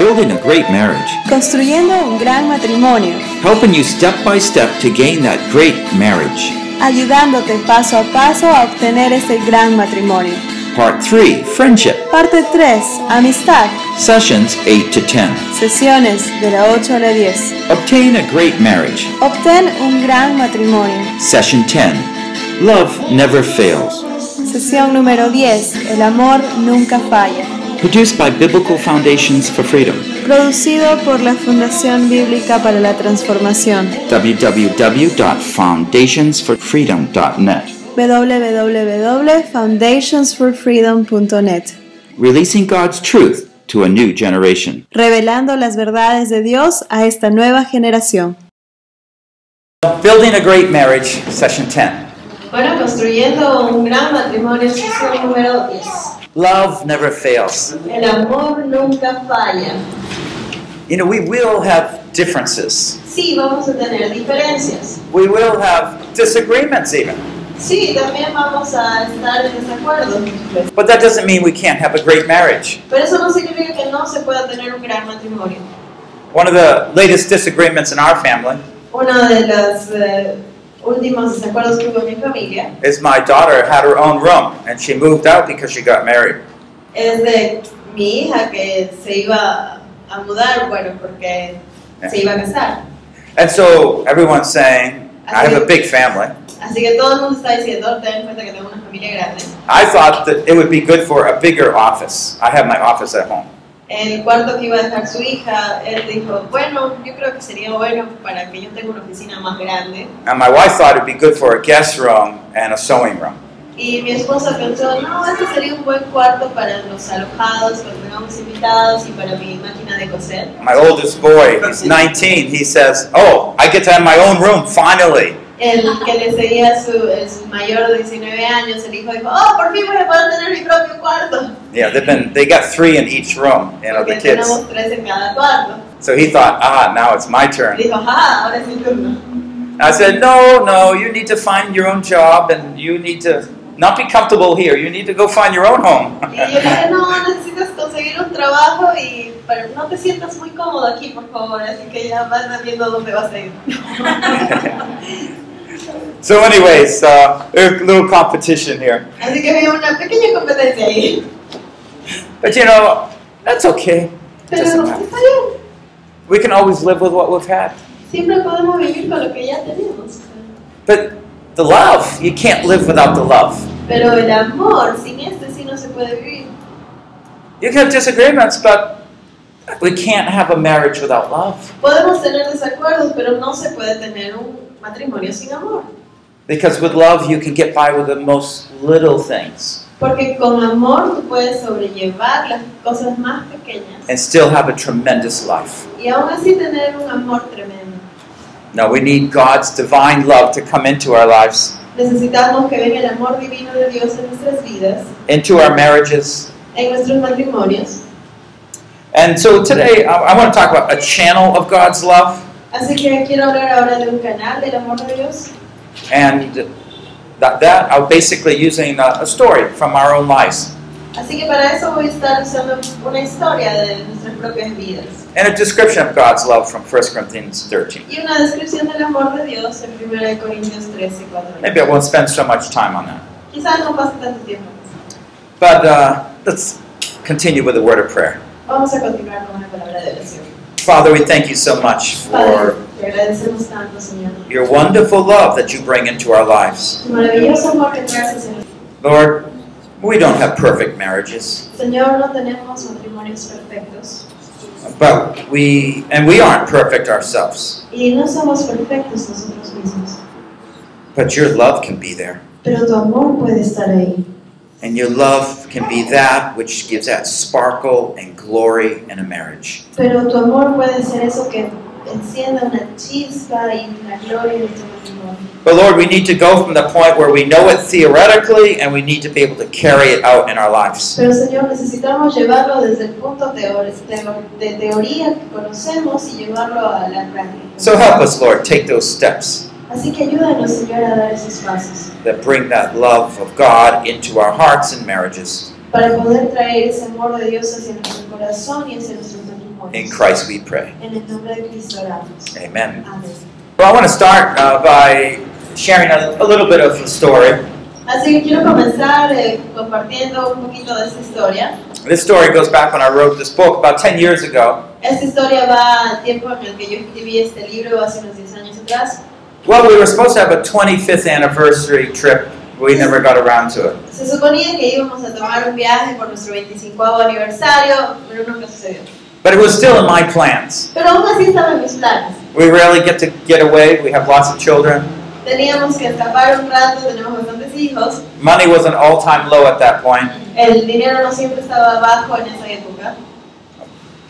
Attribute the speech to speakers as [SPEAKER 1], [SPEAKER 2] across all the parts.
[SPEAKER 1] Building a great marriage.
[SPEAKER 2] Construyendo un gran matrimonio.
[SPEAKER 1] Helping you step by step to gain that great marriage.
[SPEAKER 2] Ayudándote paso a paso a obtener ese gran matrimonio.
[SPEAKER 1] Part 3 Friendship.
[SPEAKER 2] Parte 3. Amistad.
[SPEAKER 1] Sessions 8 to 10.
[SPEAKER 2] Sesiones de la 8 a la 10.
[SPEAKER 1] Obtain a great marriage.
[SPEAKER 2] Obtén un gran matrimonio.
[SPEAKER 1] Session 10 Love Never Fails.
[SPEAKER 2] Sesión número 10. El amor nunca falla.
[SPEAKER 1] Produced by Biblical Foundations for Freedom.
[SPEAKER 2] Producido por la Fundación Bíblica para la Transformación.
[SPEAKER 1] www.foundationsforfreedom.net.
[SPEAKER 2] www.foundationsforfreedom.net.
[SPEAKER 1] Releasing God's truth to a new generation.
[SPEAKER 2] Revelando las verdades de Dios a esta nueva generación.
[SPEAKER 1] Building a great marriage, session 10.
[SPEAKER 3] Bueno, construyendo un gran matrimonio, sesión número 10.
[SPEAKER 1] Love never fails.
[SPEAKER 3] El amor nunca falla.
[SPEAKER 1] You know, we will have differences.
[SPEAKER 3] Sí, vamos a tener diferencias.
[SPEAKER 1] We will have disagreements even.
[SPEAKER 3] Sí, también vamos a estar en desacuerdo.
[SPEAKER 1] But that doesn't mean we can't have a great marriage.
[SPEAKER 3] Pero eso no significa que no se pueda tener un gran matrimonio.
[SPEAKER 1] One of the latest disagreements in our family
[SPEAKER 3] Uno de los eh, últimos desacuerdos que hubo en mi familia
[SPEAKER 1] is my daughter had her own room and she moved out because she got married.
[SPEAKER 3] es de mi hija que se iba a mudar, bueno, porque se iba a casar.
[SPEAKER 1] And so everyone's saying, I have a big family.
[SPEAKER 3] Así que todo el mundo está diciendo, ten en cuenta que tengo una familia grande.
[SPEAKER 1] I thought that it would be good for a bigger office. I have my office at home.
[SPEAKER 3] El cuarto que iba a dejar su hija, él dijo, bueno, yo creo que sería bueno para que yo tenga una oficina más grande.
[SPEAKER 1] And my wife thought it'd be good for a guest room and a sewing room.
[SPEAKER 3] Y mi esposa pensó, no, este sería un buen cuarto para los alojados, cuando tengamos invitados y para mi máquina de coser.
[SPEAKER 1] My oldest boy, he's 19, he says, Oh, I get to have my own room finally.
[SPEAKER 3] El que le seguía su, el su mayor de 19 años, el hijo dijo, oh, por fin voy a poder tener mi propio cuarto.
[SPEAKER 1] Yeah, they've been they got three in each room, you know, the
[SPEAKER 3] Porque
[SPEAKER 1] kids.
[SPEAKER 3] tenemos tres en cada cuarto.
[SPEAKER 1] So he thought, ah, now it's my turn.
[SPEAKER 3] Dijo, ah, ahora es mi turno.
[SPEAKER 1] I said, no, no, you need to find your own job and you need to not be comfortable here. You need to go find your own home.
[SPEAKER 3] Y yo le dije, no, necesitas conseguir un trabajo y pero no te sientas muy cómodo aquí, por favor, así que ya vas viendo dónde vas a ir.
[SPEAKER 1] so, anyways, uh, a little competition here.
[SPEAKER 3] así que había una pequeña competencia ahí.
[SPEAKER 1] But you know, that's okay.
[SPEAKER 3] Pero
[SPEAKER 1] Just-
[SPEAKER 3] está bien,
[SPEAKER 1] We can always live with what we've had.
[SPEAKER 3] siempre podemos vivir con lo que ya tenemos.
[SPEAKER 1] But the love, you can't live without the love.
[SPEAKER 3] Pero el amor, sin este sí no se puede vivir.
[SPEAKER 1] You can have disagreements, but we can't have a marriage without love
[SPEAKER 3] Podemos tener desacuerdos, pero no se puede tener un matrimonio sin amor.
[SPEAKER 1] because with love you can get by with the most little things
[SPEAKER 3] Porque con amor tú puedes sobrellevar las cosas más pequeñas
[SPEAKER 1] and still have a tremendous life.
[SPEAKER 3] y aún así tener un amor tremendo.
[SPEAKER 1] No, we need God's divine love to come into our lives,
[SPEAKER 3] Necesitamos que venga el amor divino de Dios en nuestras vidas,
[SPEAKER 1] into our marriages.
[SPEAKER 3] en nuestros matrimonios.
[SPEAKER 1] And so today, I, I want to talk about a channel of God's love.
[SPEAKER 3] Así que quiero hablar ahora de un canal del amor de Dios.
[SPEAKER 1] And that, that I'm basically using a, a story from our own lives
[SPEAKER 3] Así que para eso voy a estar usando una historia de nuestras propias vidas
[SPEAKER 1] and a description of God's love from 1 Corinthians 13.
[SPEAKER 3] y una descripción del amor de Dios en 1 de Corintios 13, 4.
[SPEAKER 1] Maybe I won't spend so much time on that.
[SPEAKER 3] Quizás no pase tanto tiempo.
[SPEAKER 1] But uh, let's continue with a word of prayer.
[SPEAKER 3] Vamos a continuar con una palabra de oración.
[SPEAKER 1] Father, we thank you so much
[SPEAKER 3] Padre,
[SPEAKER 1] for
[SPEAKER 3] te agradecemos tanto, Señor.
[SPEAKER 1] your wonderful love that you bring into our lives.
[SPEAKER 3] Tu maravilloso amor que traes, Señor.
[SPEAKER 1] Lord, we don't have perfect marriages.
[SPEAKER 3] Señor, no tenemos matrimonios perfectos
[SPEAKER 1] But we, and we aren't perfect ourselves,
[SPEAKER 3] y no somos perfectos nosotros mismos.
[SPEAKER 1] but your love can be there.
[SPEAKER 3] Pero tu amor puede estar ahí.
[SPEAKER 1] And your love can be that which gives that sparkle and glory in a marriage.
[SPEAKER 3] Pero tu amor puede ser eso que encienda una chispa y una gloria de tu matrimonio.
[SPEAKER 1] But Lord, we need to go from the point where we know it theoretically and we need to be able to carry it out in our lives.
[SPEAKER 3] Pero Señor, necesitamos llevarlo desde el punto teor- teo- de teoría que conocemos y llevarlo a la práctica.
[SPEAKER 1] So help us, Lord, take those steps
[SPEAKER 3] Así que ayúdanos, Señor, a dar esos pasos
[SPEAKER 1] that bring that love of God into our hearts and marriages.
[SPEAKER 3] para poder traer ese amor de Dios hacia nuestro corazón y hacia nuestro matrimonio.
[SPEAKER 1] In Christ we pray.
[SPEAKER 3] En el nombre de Cristo oramos.
[SPEAKER 1] Amen.
[SPEAKER 3] Amén.
[SPEAKER 1] Well, I want to start uh, by sharing a, a little bit of a story.
[SPEAKER 3] Así que quiero comenzar eh, compartiendo un poquito de esta historia.
[SPEAKER 1] This story goes back when I wrote this book about 10 years ago.
[SPEAKER 3] Esta historia va al tiempo en el que yo escribí este libro hace unos 10 años atrás.
[SPEAKER 1] Well, we were supposed to have a 25th anniversary trip. We never got around to it.
[SPEAKER 3] Se suponía que íbamos a tomar un viaje por nuestro 25 aniversario, pero nunca sucedió.
[SPEAKER 1] But it was still in my plans.
[SPEAKER 3] Pero aún así estaban mis planes.
[SPEAKER 1] We rarely get to get away. We have lots of children.
[SPEAKER 3] Teníamos que escapar un rato, tenemos bastantes hijos.
[SPEAKER 1] Money was an all time low at that point.
[SPEAKER 3] El dinero no siempre estaba bajo en esa época.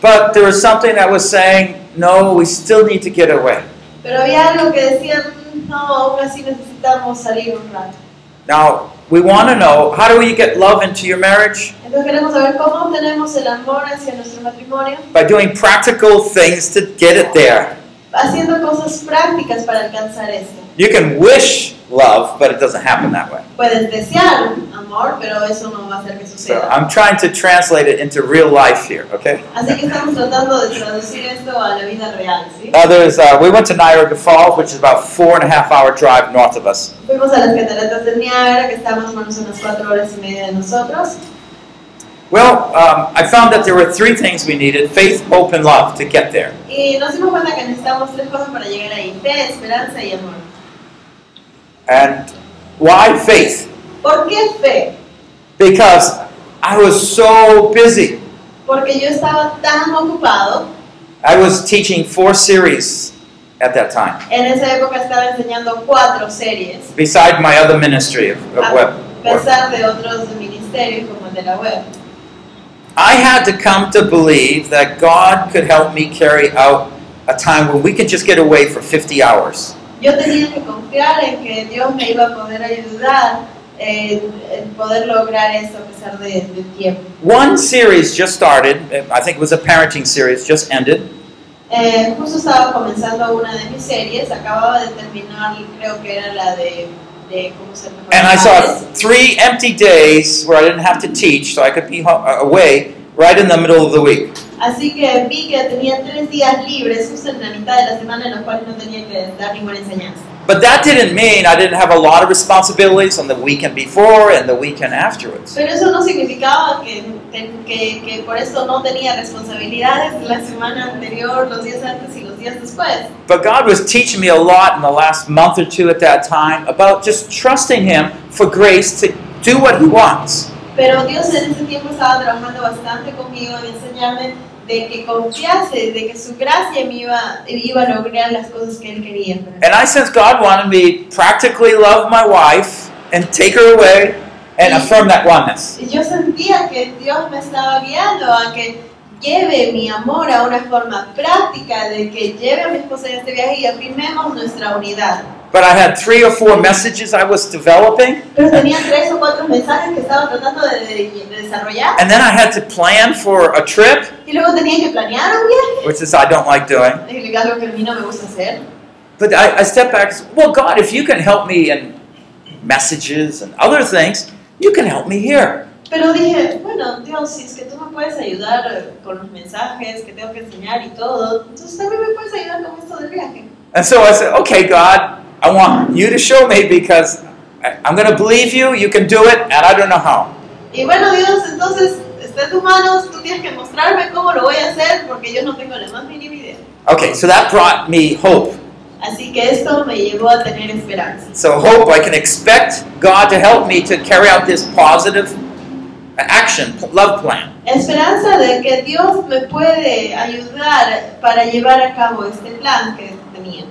[SPEAKER 1] But there was something that was saying, no, we still need to get away.
[SPEAKER 3] Pero había algo que decían, no, aún así necesitamos salir un rato.
[SPEAKER 1] Now, we want to know how do we get love into your marriage?
[SPEAKER 3] Entonces queremos saber cómo obtenemos el amor hacia nuestro matrimonio,
[SPEAKER 1] By doing practical things to get it there.
[SPEAKER 3] haciendo cosas prácticas para alcanzar esto.
[SPEAKER 1] You can wish love, but it doesn't happen that way.
[SPEAKER 3] Puedes desear Pues, amor, pero eso no va a hacer que
[SPEAKER 1] So
[SPEAKER 3] suceda.
[SPEAKER 1] I'm trying to translate it into real life here, okay?
[SPEAKER 3] Así que estamos tratando de traducir esto a la vida real, ¿sí?
[SPEAKER 1] Others, uh, we went to Niagara Falls, which is about four and a half hour drive north of us.
[SPEAKER 3] Fuimos a las cataratas del Niágara, que está más o menos unas cuatro horas y media de nosotros.
[SPEAKER 1] Well, um, I found that there were three things we needed faith, hope, and love to get there.
[SPEAKER 3] Y nos dimos cuenta que necesitamos tres cosas para llegar ahí, fe, esperanza y amor.
[SPEAKER 1] And why faith?
[SPEAKER 3] ¿Por qué fe?
[SPEAKER 1] Because I was so busy.
[SPEAKER 3] Porque yo estaba tan ocupado,
[SPEAKER 1] I was teaching four series at that time,
[SPEAKER 3] en esa época estaba enseñando cuatro series,
[SPEAKER 1] beside my other ministry of, of web.
[SPEAKER 3] a pesar de otros ministerios como el de la web.
[SPEAKER 1] I had to come to believe that God could help me carry out a time when we could just get away for 50 hours.
[SPEAKER 3] Yo tenía que confiar en que Dios me iba a poder ayudar en, en poder lograr esto a pesar de- del tiempo.
[SPEAKER 1] One series just started. I think it was a parenting series, just ended.
[SPEAKER 3] Eh, justo estaba comenzando una de mis series, acababa de terminar, creo que era la de, de cómo ser mejores
[SPEAKER 1] And I
[SPEAKER 3] padres.
[SPEAKER 1] saw three empty days where I didn't have to teach, so I could be ho- uh, away right in the middle of the week.
[SPEAKER 3] Así que vi que tenía tres días libres, justo en la mitad de la semana, en los cuales no tenía que dar ninguna enseñanza.
[SPEAKER 1] But that didn't mean I didn't have a lot of responsibilities on the weekend before and the weekend afterwards.
[SPEAKER 3] Pero eso no significaba que, que, que por eso no tenía responsabilidades la semana anterior, los días antes y los días después.
[SPEAKER 1] But God was teaching me a lot in the last month or two at that time about just trusting Him for grace to do what He wants.
[SPEAKER 3] Pero Dios en ese tiempo estaba trabajando bastante conmigo en enseñarme de que confiase, de que su gracia me iba, iba a lograr las cosas que Él quería. para mí.
[SPEAKER 1] And I sense God wanted me to practically love my wife and take her away and affirm that oneness.
[SPEAKER 3] Y Yo sentía que Dios me estaba guiando a que lleve mi amor a una forma práctica, de que lleve a mi esposa en este viaje y afirmemos nuestra unidad.
[SPEAKER 1] But I had three or four messages I was developing,
[SPEAKER 3] Pero tenía tres o cuatro mensajes que estaba tratando de, de- de desarrollar
[SPEAKER 1] and then I had to plan for a trip,
[SPEAKER 3] y luego tenía que planear un viaje,
[SPEAKER 1] which is I don't like doing.
[SPEAKER 3] Es algo que a mí no me gusta hacer.
[SPEAKER 1] But I, I stepped back and said, Well, God, if you can help me in messages and other things, you can help me here.
[SPEAKER 3] Pero dije, bueno, Dios, si es que tú me puedes ayudar eh, con los mensajes que tengo que enseñar y todo, entonces también me puedes ayudar con esto del viaje.
[SPEAKER 1] And so I said, Okay, God, I want you to show me because I, I'm going to believe you, you can do it, and I don't know how.
[SPEAKER 3] Y bueno, Dios, entonces, está en tus manos, tú tienes que mostrarme cómo lo voy a hacer porque yo no tengo la más mínima idea.
[SPEAKER 1] Okay, so that brought me hope.
[SPEAKER 3] Así que esto me llevó a tener esperanza.
[SPEAKER 1] So, hope I can expect God to help me to carry out this positive action, love plan.
[SPEAKER 3] Esperanza de que Dios me puede ayudar para llevar a cabo este plan que tenía.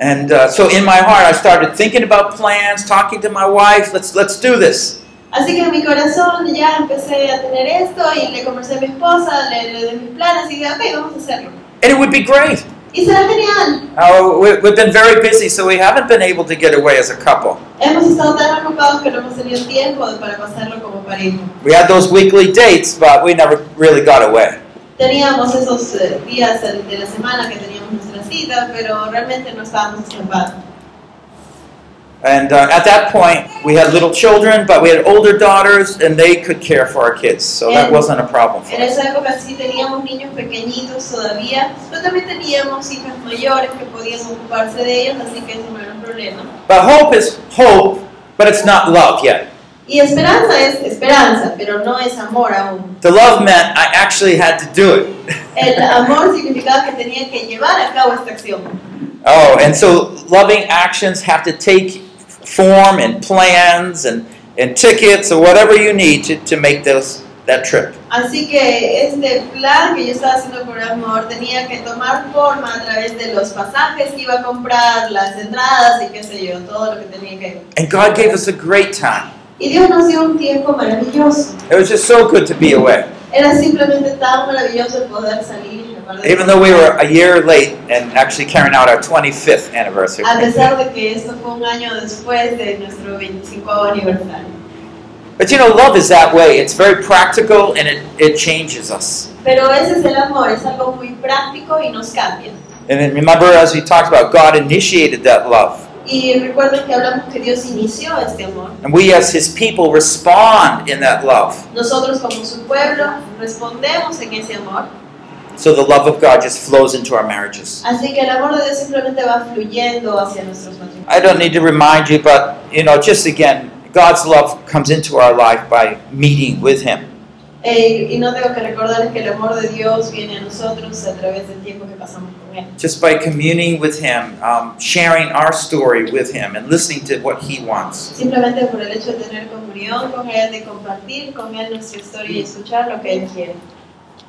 [SPEAKER 1] And uh, so in my heart, I started thinking about plans, talking to my wife. Let's let's do this.
[SPEAKER 3] Así que en mi corazón ya empecé a tener esto y le conversé a mi esposa, le, le di mis planes y dije, ok, vamos a hacerlo.
[SPEAKER 1] And it would be great.
[SPEAKER 3] Y será genial.
[SPEAKER 1] Uh, we, we've been very busy, so we haven't been able to get away as a couple.
[SPEAKER 3] Hemos estado tan ocupados que no hemos tenido tiempo para pasarlo como pareja.
[SPEAKER 1] We had those weekly dates, but we never really got away.
[SPEAKER 3] Teníamos esos eh, días de la semana que teníamos nuestra cita, pero realmente no estábamos escapados.
[SPEAKER 1] And uh, at that point, we had little children, but we had older daughters, and they could care for our kids, so that
[SPEAKER 3] And-
[SPEAKER 1] wasn't a problem for
[SPEAKER 3] En
[SPEAKER 1] us.
[SPEAKER 3] esa época sí teníamos niños pequeñitos todavía, pero también teníamos hijas mayores que podían ocuparse de ellos, así que eso no era un problema.
[SPEAKER 1] But hope is hope, but it's not love yet.
[SPEAKER 3] Y esperanza es esperanza, pero no es amor aún.
[SPEAKER 1] The love meant I actually had to do
[SPEAKER 3] El
[SPEAKER 1] it.
[SPEAKER 3] amor significaba que tenía que llevar a cabo esta acción.
[SPEAKER 1] oh, and so loving actions have to take form and plans and, and tickets or whatever you need to, to make those, that trip.
[SPEAKER 3] Así que este plan que yo estaba haciendo por amor tenía que tomar forma a través de los pasajes que iba a comprar, las entradas y qué sé yo, todo lo que tenía que...
[SPEAKER 1] And God gave us a great time.
[SPEAKER 3] Y Dios nos dio un tiempo maravilloso.
[SPEAKER 1] It was just so good to be away.
[SPEAKER 3] Era simplemente tan maravilloso poder salir. y escapar de
[SPEAKER 1] Even though we were a year late and actually carrying out our 25th anniversary.
[SPEAKER 3] A pesar de que esto fue un año después de nuestro 25 aniversario.
[SPEAKER 1] But you know, love is that way. It's very practical and it, it changes us.
[SPEAKER 3] Pero ese es el amor, es algo muy práctico y nos cambia.
[SPEAKER 1] And then remember, as we talked about, God initiated that love.
[SPEAKER 3] Y recuerden que hablamos que Dios inició este amor.
[SPEAKER 1] And we, as His people, respond in that love.
[SPEAKER 3] Nosotros como su pueblo respondemos en ese amor.
[SPEAKER 1] So the love of God just flows into our marriages.
[SPEAKER 3] Así que el amor de Dios simplemente va fluyendo hacia nuestros matrimonios.
[SPEAKER 1] I don't need to remind you, but you know, just again, God's love comes into our life by meeting with Him.
[SPEAKER 3] Eh, y no tengo que recordarles que el amor de Dios viene a nosotros a través del tiempo que pasamos con Él.
[SPEAKER 1] Just by communing with Him, um, sharing our story with Him, and listening to what He wants.
[SPEAKER 3] Simplemente por el hecho de tener comunión con Él, de compartir con Él nuestra historia y escuchar lo que Él quiere.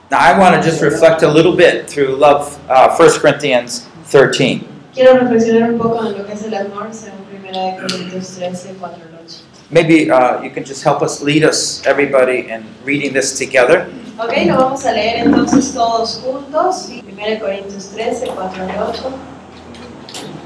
[SPEAKER 1] Now, I want to just reflect a little bit through love, uh, 1 Corinthians 13.
[SPEAKER 3] Quiero reflexionar un poco en lo que es el amor según primera de Corintios 13, 4 al 8.
[SPEAKER 1] Maybe uh, you can just help us lead us, everybody, in reading this together.
[SPEAKER 3] Ok, lo vamos a leer entonces todos juntos. 1 Corintios 13, 4 al 8.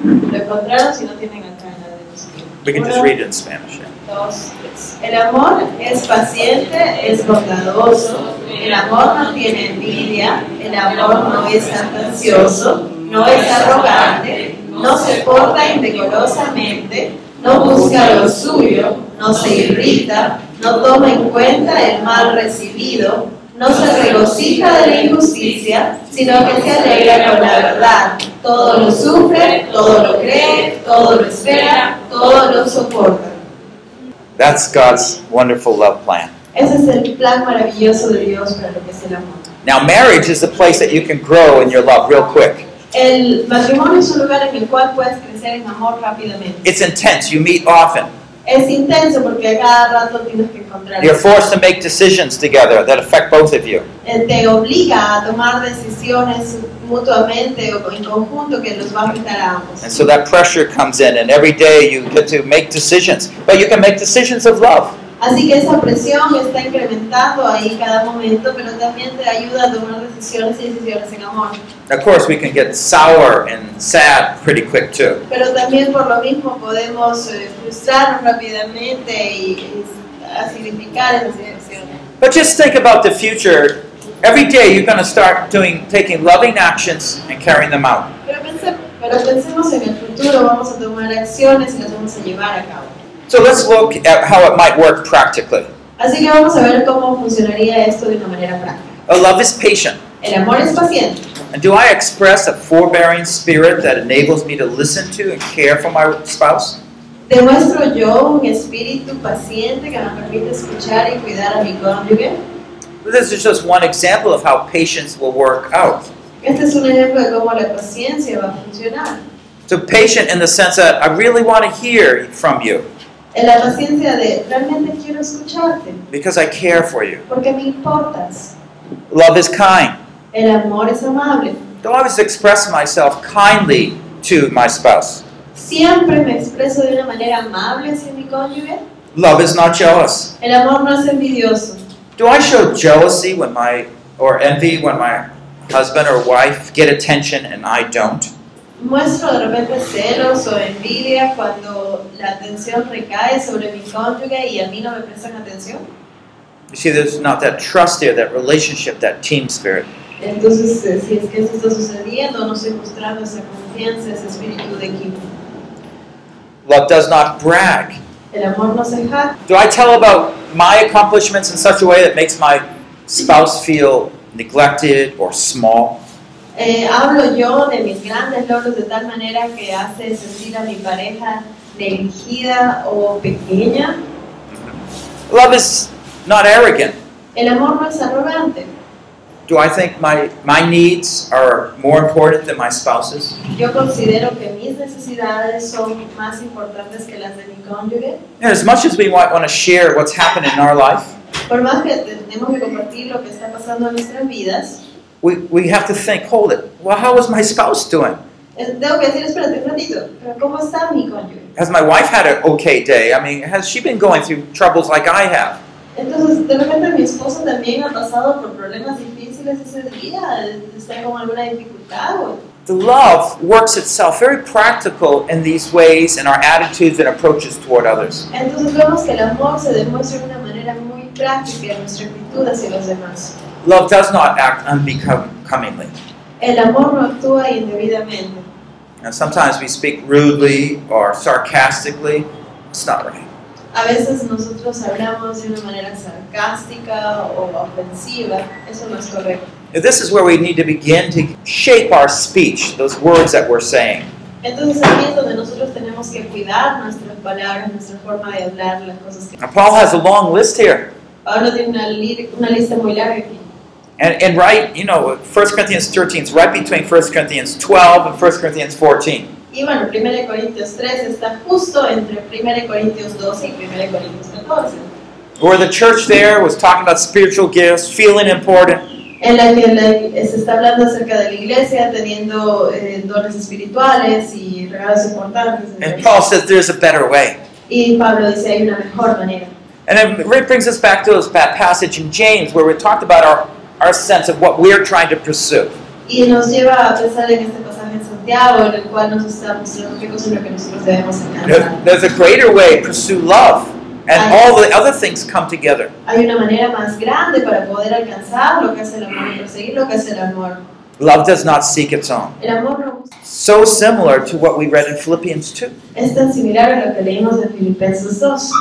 [SPEAKER 3] Lo encontraron si no tienen acá en la de los
[SPEAKER 1] We can just read it in Spanish. yeah.
[SPEAKER 3] dos, tres. El amor es paciente, es bondadoso. El amor no tiene envidia. El amor no es ansioso, no es arrogante, no se porta indecorosamente, no busca lo suyo, no se irrita, no toma en cuenta el mal recibido, no se regocija de la injusticia, sino que se alegra con la verdad. Todo lo sufre, todo lo cree, todo lo espera, todo lo soporta.
[SPEAKER 1] That's God's wonderful love plan.
[SPEAKER 3] Ese es el plan maravilloso de Dios para lo que es el amor.
[SPEAKER 1] Now, marriage is the place that you can grow in your love real quick.
[SPEAKER 3] El matrimonio es un lugar en el cual puedes crecer en amor rápidamente.
[SPEAKER 1] It's intense, you meet often.
[SPEAKER 3] Es intenso porque a cada rato tienes que encontrar.
[SPEAKER 1] You're forced to make decisions together that affect both of you.
[SPEAKER 3] Eh, Te obliga a tomar decisiones mutuamente o en conjunto que los va a afectar a ambos.
[SPEAKER 1] And so that pressure comes in, and every day you get to make decisions. But you can make decisions of love.
[SPEAKER 3] Así que esa presión está incrementando ahí cada momento, pero también te ayuda a tomar decisiones y decisiones en amor.
[SPEAKER 1] Of course, we can get sour and sad pretty quick, too.
[SPEAKER 3] Pero también por lo mismo podemos eh, frustrarnos rápidamente y, y acidificar esas decisiones.
[SPEAKER 1] But just think about the future. Every day you're going to start doing taking loving actions and carrying them out.
[SPEAKER 3] Pero, pense- pero pensemos en el futuro, vamos a tomar acciones y las vamos a llevar a cabo.
[SPEAKER 1] So let's look at how it might work practically.
[SPEAKER 3] Así que vamos a ver cómo funcionaría esto de una manera práctica.
[SPEAKER 1] A love is patient.
[SPEAKER 3] El amor es paciente.
[SPEAKER 1] And do I express a forbearing spirit that enables me to listen to and care for my spouse?
[SPEAKER 3] Demuestro yo un espíritu paciente que me permite escuchar y cuidar a mi cónyuge.
[SPEAKER 1] This is just one example of how patience will work out.
[SPEAKER 3] Este es un ejemplo de cómo la paciencia va a funcionar.
[SPEAKER 1] So patient in the sense that I really want to hear from you
[SPEAKER 3] En la paciencia de realmente quiero escucharte
[SPEAKER 1] because I care for you.
[SPEAKER 3] porque me importas.
[SPEAKER 1] Love is kind.
[SPEAKER 3] El amor es amable.
[SPEAKER 1] Do I always express myself kindly to my spouse?
[SPEAKER 3] Siempre me expreso de una manera amable hacia mi cónyuge.
[SPEAKER 1] Love is not jealous.
[SPEAKER 3] El amor no es envidioso.
[SPEAKER 1] Do I show jealousy when my or envy when my husband or wife get attention and I don't?
[SPEAKER 3] Muestro de repente celos o envidia cuando la atención recae sobre mi cónyuge y a mí no me prestan atención.
[SPEAKER 1] You see, there's not that trust there, that relationship, that team spirit.
[SPEAKER 3] Entonces, eh, si es que eso está sucediendo, no estoy mostrando esa confianza, ese espíritu de equipo.
[SPEAKER 1] Love does not brag.
[SPEAKER 3] El amor no se jacta.
[SPEAKER 1] Do I tell about my accomplishments in such a way that makes my spouse feel neglected or small?
[SPEAKER 3] Eh, hablo yo de mis grandes logros de tal manera que hace sentir a mi pareja negligida o pequeña.
[SPEAKER 1] Love is not arrogant.
[SPEAKER 3] El amor no es arrogante.
[SPEAKER 1] Do I think my, my needs are more important than my spouse's?
[SPEAKER 3] Yo considero que mis necesidades son más importantes que las de mi cónyuge.
[SPEAKER 1] And as much as we might want to share what's happened in our life,
[SPEAKER 3] Por más que tenemos que compartir lo que está pasando en nuestras vidas,
[SPEAKER 1] we, we have to think, hold it, well, how is my spouse doing?
[SPEAKER 3] eh, tengo que decir, espérate un ratito, pero ¿cómo está mi cónyuge?
[SPEAKER 1] Has my wife had an okay day? I mean, has she been going through troubles like I have?
[SPEAKER 3] Entonces, de repente mi esposo también ha pasado por problemas difíciles ese día, eh, está con alguna dificultad o
[SPEAKER 1] The love works itself very practical in these ways in our attitudes and approaches toward others.
[SPEAKER 3] Entonces vemos que el amor se demuestra de una manera muy práctica en nuestra actitud hacia los demás.
[SPEAKER 1] Love does not act unbecomingly.
[SPEAKER 3] El amor no actúa indebidamente.
[SPEAKER 1] Now, sometimes we speak rudely or sarcastically. It's not right.
[SPEAKER 3] A veces nosotros hablamos de una manera sarcástica o ofensiva, eso no es correcto.
[SPEAKER 1] This is where we need to begin to shape our speech, those words that we're saying.
[SPEAKER 3] Entonces aquí es donde nosotros tenemos que cuidar nuestras palabras, nuestra forma de hablar, las cosas que...
[SPEAKER 1] Now, Paul has a long list here.
[SPEAKER 3] Pablo tiene una, li- una lista muy larga aquí.
[SPEAKER 1] And, and right, you know, 1 Corinthians 13 is right between 1 Corinthians 12 and 1 Corinthians 14.
[SPEAKER 3] Y bueno, 1 Corintios 3 está justo entre 1 Corintios 12 y 1 Corintios 14.
[SPEAKER 1] Where the church there was talking about spiritual gifts, feeling important.
[SPEAKER 3] en la que la- se está hablando acerca de la iglesia teniendo eh, dones espirituales y regalos importantes.
[SPEAKER 1] And Paul says there's a better way.
[SPEAKER 3] Y Pablo dice, hay una mejor manera.
[SPEAKER 1] And it really brings us back to this- that passage in James where we talked about our, our sense of what we're trying to pursue.
[SPEAKER 3] Y nos lleva a pensar en este pasaje en Santiago, en el cual nos está mostrando qué cosa es lo que nosotros debemos alcanzar.
[SPEAKER 1] There's, there's a greater way, pursue love. And all the other things come together.
[SPEAKER 3] Hay una manera más grande para poder alcanzar lo que es el amor y conseguir lo que es el amor.
[SPEAKER 1] Love does not seek its own.
[SPEAKER 3] El amor no busca-
[SPEAKER 1] So similar to what we read in Philippians 2.
[SPEAKER 3] es tan similar a lo que leímos en Filipenses 2.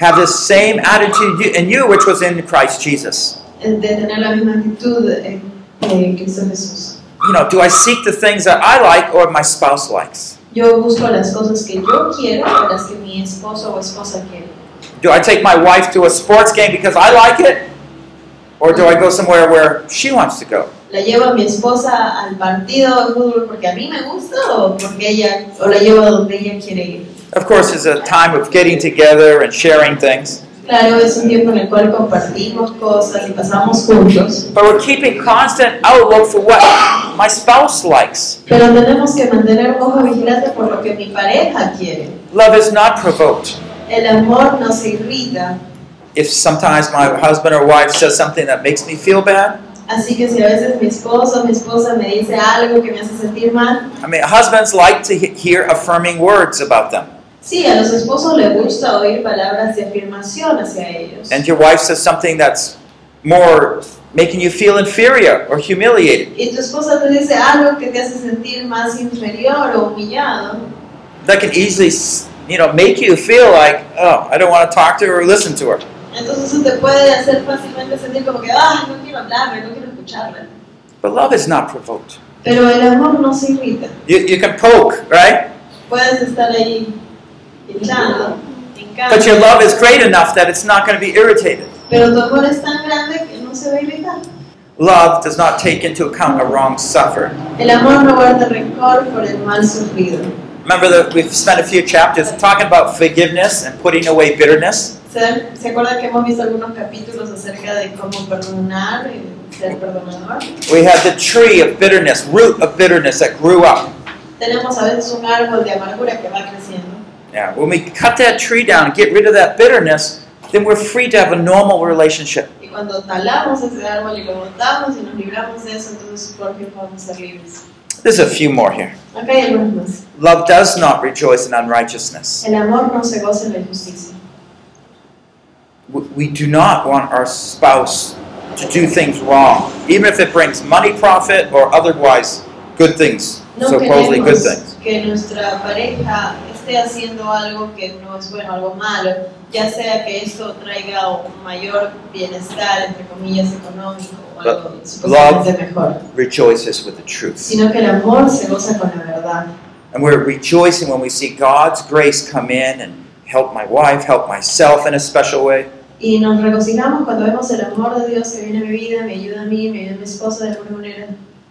[SPEAKER 1] Have this same attitude you- in you which was in Christ Jesus.
[SPEAKER 3] eh, De tener la misma actitud eh, que en Cristo Jesús.
[SPEAKER 1] You know, do I seek the things that I like or my spouse likes?
[SPEAKER 3] Yo busco las cosas que yo quiero o las que mi esposo o esposa quiere.
[SPEAKER 1] Do I take my wife to a sports game because I like it? Or do I go somewhere where she wants to go?
[SPEAKER 3] ¿La llevo a mi esposa al partido de fútbol porque a mí me gusta o porque ella o la llevo a donde ella quiere ir?
[SPEAKER 1] Of course, it's a time of getting together and sharing things.
[SPEAKER 3] Claro, es un tiempo en el cual compartimos cosas y pasamos juntos,
[SPEAKER 1] But we're keeping constant outlook for what my spouse likes.
[SPEAKER 3] pero tenemos que mantener un ojo vigilante por lo que mi pareja quiere.
[SPEAKER 1] Love is not provoked.
[SPEAKER 3] El amor no se irrita,
[SPEAKER 1] If sometimes my husband or wife says something that makes me feel bad,
[SPEAKER 3] así que si a veces mi esposo o mi esposa me dice algo que me hace sentir mal,
[SPEAKER 1] I mean, husbands like to he- hear affirming words about them.
[SPEAKER 3] sí, a los esposos les gusta oír palabras de afirmación hacia ellos.
[SPEAKER 1] And your wife says something that's more making you feel inferior or humiliated.
[SPEAKER 3] y tu esposa te dice algo que te hace sentir más inferior o humillado,
[SPEAKER 1] That can easily, s- you know, make you feel like, oh, I don't want to talk to her or listen to her.
[SPEAKER 3] entonces eso te puede hacer fácilmente sentir como que, ah, no quiero hablarle, no quiero escucharle.
[SPEAKER 1] But love is not provoked.
[SPEAKER 3] Pero el amor no se irrita.
[SPEAKER 1] You, you can poke, right?
[SPEAKER 3] Puedes estar ahí hinchando,
[SPEAKER 1] But
[SPEAKER 3] hincando,
[SPEAKER 1] your love is great enough that it's not going to be irritated.
[SPEAKER 3] pero tu amor es tan grande que no se va a irritar.
[SPEAKER 1] Love does not take into account a wrong suffered.
[SPEAKER 3] El amor no guarda rencor por el mal sufrido.
[SPEAKER 1] Remember that we've spent a few chapters talking about forgiveness and putting away bitterness.
[SPEAKER 3] ¿Se, dan- ¿Se acuerdan que hemos visto algunos capítulos acerca de cómo perdonar y ser perdonador?
[SPEAKER 1] We have the tree of bitterness, root of bitterness that grew up.
[SPEAKER 3] Tenemos a veces un árbol de amargura que va creciendo.
[SPEAKER 1] Yeah, when we cut that tree down and get rid of that bitterness, then we're free to have a normal relationship.
[SPEAKER 3] Y cuando talamos ese árbol y lo botamos y nos libramos de eso, entonces por fin podemos ser libres.
[SPEAKER 1] There's a few more here.
[SPEAKER 3] Acá hay algunos más.
[SPEAKER 1] Love does not rejoice in unrighteousness.
[SPEAKER 3] El amor no se goza en la injusticia.
[SPEAKER 1] We- We do not want our spouse to do things wrong, even if it brings money profit or otherwise good things,
[SPEAKER 3] No
[SPEAKER 1] supposedly good
[SPEAKER 3] queremos
[SPEAKER 1] things.
[SPEAKER 3] que nuestra pareja esté haciendo algo que no es bueno, algo malo, ya sea que esto traiga un mayor bienestar, entre comillas, económico o algo supuestamente mejor,
[SPEAKER 1] rejoices with the truth.
[SPEAKER 3] sino que el amor se goza con la verdad.
[SPEAKER 1] And we're rejoicing when we see God's grace come in and help my wife, help myself in a special way.
[SPEAKER 3] Y nos regocijamos cuando vemos el amor de Dios que viene a mi vida, me ayuda a mí, me ayuda a mi esposa de alguna manera.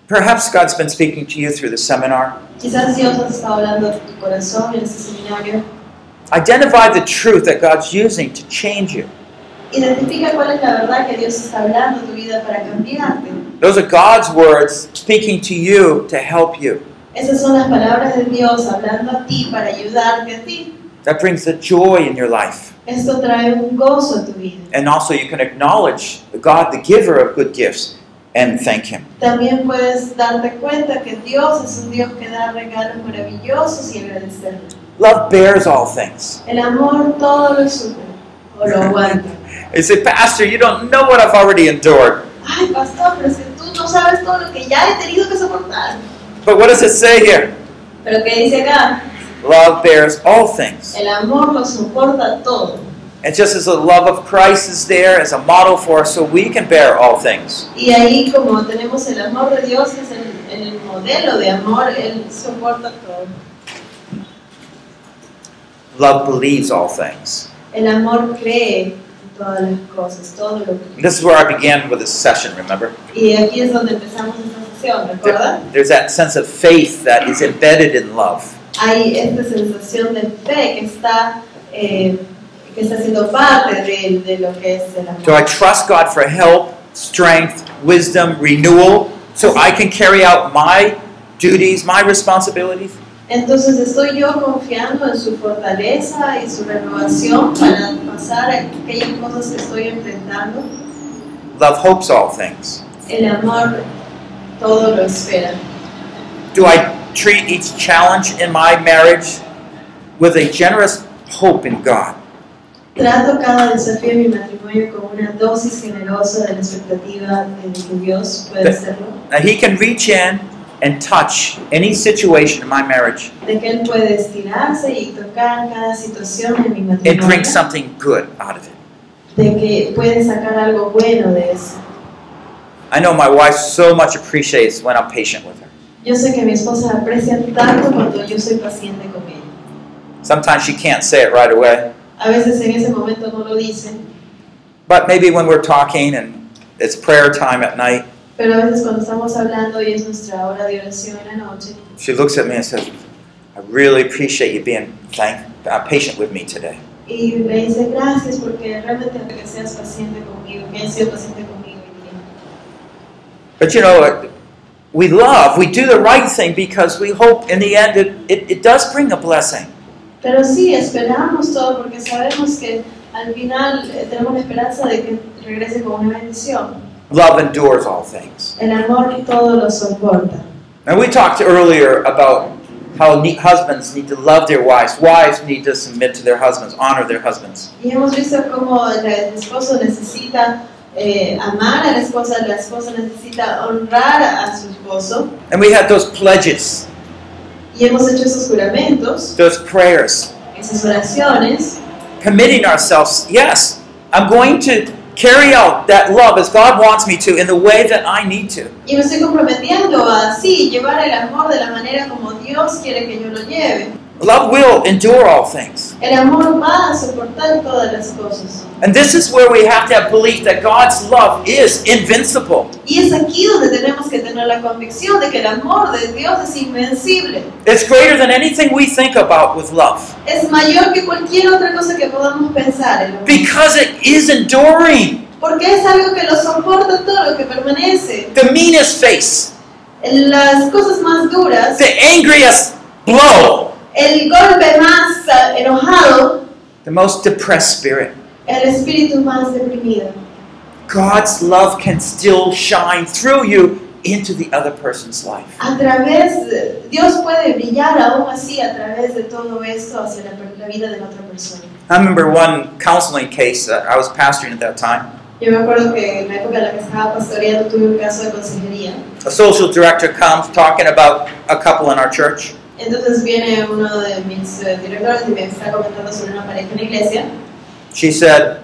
[SPEAKER 1] Perhaps God's been speaking to you through the seminar.
[SPEAKER 3] Quizás Dios nos está hablando de tu corazón en este seminario.
[SPEAKER 1] Identify the truth that God's using to change you.
[SPEAKER 3] Identifica cuál es la verdad que Dios está hablando en tu vida para cambiarte.
[SPEAKER 1] Those are God's words speaking to you to help you.
[SPEAKER 3] Esas son las palabras de Dios hablando a ti para ayudarte a ti.
[SPEAKER 1] That brings the joy in your life.
[SPEAKER 3] Esto trae un gozo a tu vida.
[SPEAKER 1] And also, you can acknowledge the God, the giver of good gifts, and thank Him.
[SPEAKER 3] También puedes darte cuenta que Dios es un Dios que da regalos maravillosos y agradecerle.
[SPEAKER 1] Love bears all things.
[SPEAKER 3] El amor todo lo sufre o lo aguanta.
[SPEAKER 1] You say, Pastor, you don't know what I've already endured.
[SPEAKER 3] Ay, pastor, pero es que tú no sabes todo lo que ya he tenido que soportar.
[SPEAKER 1] But what does it say here?
[SPEAKER 3] Pero ¿qué dice acá?
[SPEAKER 1] Love bears all things.
[SPEAKER 3] El amor lo soporta todo.
[SPEAKER 1] And just as the love of Christ is there as a model for us, so we can bear all things.
[SPEAKER 3] Y ahí como tenemos el amor de Dios, que es el, el modelo de amor, Él soporta todo.
[SPEAKER 1] Love believes all things.
[SPEAKER 3] El amor cree en todas las cosas, todo lo que...
[SPEAKER 1] This is where I began with this session, remember?
[SPEAKER 3] Y aquí es donde empezamos esta sesión, ¿recuerdan?
[SPEAKER 1] There's that sense of faith that is embedded in love.
[SPEAKER 3] Hay esta sensación de fe que está, eh, que está siendo parte de, de lo que es el
[SPEAKER 1] So I
[SPEAKER 3] amor.
[SPEAKER 1] trust God for help, strength, wisdom, renewal, so I can carry out my duties, my responsibilities.
[SPEAKER 3] Entonces estoy yo confiando en su fortaleza y su renovación para pasar aquellas cosas que estoy enfrentando.
[SPEAKER 1] Love hopes all things.
[SPEAKER 3] El amor todo lo espera.
[SPEAKER 1] Do I treat each challenge in my marriage with a generous hope in God?
[SPEAKER 3] Trato cada desafío en mi matrimonio con una dosis generosa de la expectativa de que Dios puede
[SPEAKER 1] Te-
[SPEAKER 3] hacerlo,
[SPEAKER 1] That He can reach in and touch any situation in my marriage
[SPEAKER 3] de que Él puede estirarse y tocar cada situación en mi
[SPEAKER 1] and bring
[SPEAKER 3] matrimonio,
[SPEAKER 1] something good out of it.
[SPEAKER 3] de que puede sacar algo bueno de eso.
[SPEAKER 1] I know my wife so much appreciates when I'm patient with her.
[SPEAKER 3] Yo sé que mi esposa aprecia tanto cuando yo soy paciente con ella.
[SPEAKER 1] Sometimes she can't say it right away,
[SPEAKER 3] A veces en ese momento no lo dicen,
[SPEAKER 1] but maybe when we're talking and it's prayer time at night,
[SPEAKER 3] pero a veces cuando estamos hablando y es nuestra hora de oración en la noche,
[SPEAKER 1] she looks at me and says, I really appreciate you being thank- uh, patient with me today.
[SPEAKER 3] y me dice gracias porque realmente que seas paciente conmigo, que hayas sido paciente conmigo. hoy día".
[SPEAKER 1] But you know, uh, we love, we do the right thing because we hope in the end it, it, it does bring a blessing.
[SPEAKER 3] Pero sí, esperamos todo porque sabemos que al final eh, tenemos la esperanza de que regrese con una bendición.
[SPEAKER 1] Love endures all things.
[SPEAKER 3] El amor todo lo soporta.
[SPEAKER 1] And we talked earlier about how ne- husbands need to love their wives, wives need to submit to their husbands, honor their husbands.
[SPEAKER 3] Y hemos visto cómo el esposo necesita eh, amar a la esposa, la esposa necesita honrar a su esposo.
[SPEAKER 1] And we had those pledges,
[SPEAKER 3] Y hemos hecho esos juramentos,
[SPEAKER 1] those prayers,
[SPEAKER 3] esas oraciones,
[SPEAKER 1] committing ourselves. Yes, I'm going to carry out that love as God wants me to in the way that I need to.
[SPEAKER 3] y me estoy comprometiendo a sí, llevar el amor de la manera como Dios quiere que yo lo lleve.
[SPEAKER 1] Love will endure all things.
[SPEAKER 3] El amor va a soportar todas las cosas.
[SPEAKER 1] And this is where we have to have belief that God's love is invincible.
[SPEAKER 3] Y es aquí donde tenemos que tener la convicción de que el amor de Dios es invencible.
[SPEAKER 1] It's greater than anything we think about with love
[SPEAKER 3] Es mayor que cualquier otra cosa que podamos pensar. el amor.
[SPEAKER 1] because it is enduring.
[SPEAKER 3] Porque es algo que lo soporta todo lo que permanece.
[SPEAKER 1] The meanest face,
[SPEAKER 3] En Las cosas más duras,
[SPEAKER 1] the angriest blow,
[SPEAKER 3] el golpe más ah, enojado,
[SPEAKER 1] the most depressed spirit.
[SPEAKER 3] el espíritu más deprimido.
[SPEAKER 1] God's love can still shine through you into the other person's life.
[SPEAKER 3] A través, de- Dios puede brillar aún así a través de todo esto hacia la, per- la vida de la otra persona.
[SPEAKER 1] I remember one counseling case that I was pastoring at that time.
[SPEAKER 3] Yo me acuerdo que en la época en la que estaba pastoreando tuve un caso de consejería.
[SPEAKER 1] A social director comes talking about a couple in our church.
[SPEAKER 3] Entonces viene uno de mis eh, directores y me está comentando sobre una pareja en la iglesia
[SPEAKER 1] She said,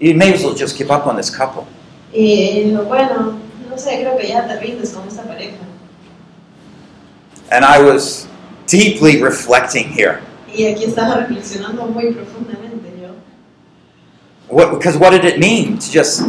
[SPEAKER 1] You may as well just give up on this couple.
[SPEAKER 3] y dijo, bueno, no sé, creo que ya te rindes con esta pareja.
[SPEAKER 1] And I was deeply reflecting here.
[SPEAKER 3] Y aquí estaba reflexionando muy profundamente yo.
[SPEAKER 1] What, because what did it mean to just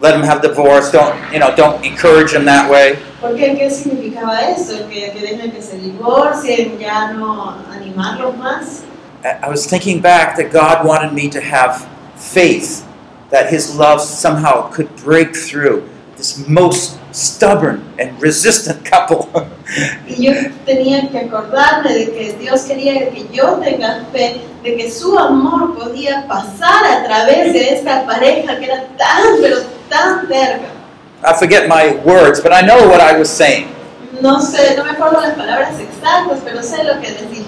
[SPEAKER 1] let him have divorce? Don't, you know, don't encourage him that way.
[SPEAKER 3] ¿Por qué? ¿Qué significaba eso? ¿Que, que dejen que se divorcien, ya no animarlos más?
[SPEAKER 1] I I was thinking back that God wanted me to have faith that His love somehow could break through this most stubborn and resistant couple.
[SPEAKER 3] Y yo tenía que acordarme de que Dios quería que yo tenga fe, de que su amor podía pasar a través de esta pareja que era tan, pero tan terca.
[SPEAKER 1] I forget my words, but I know what I was saying.
[SPEAKER 3] No sé, no me acuerdo las palabras exactas, pero sé lo que les dije.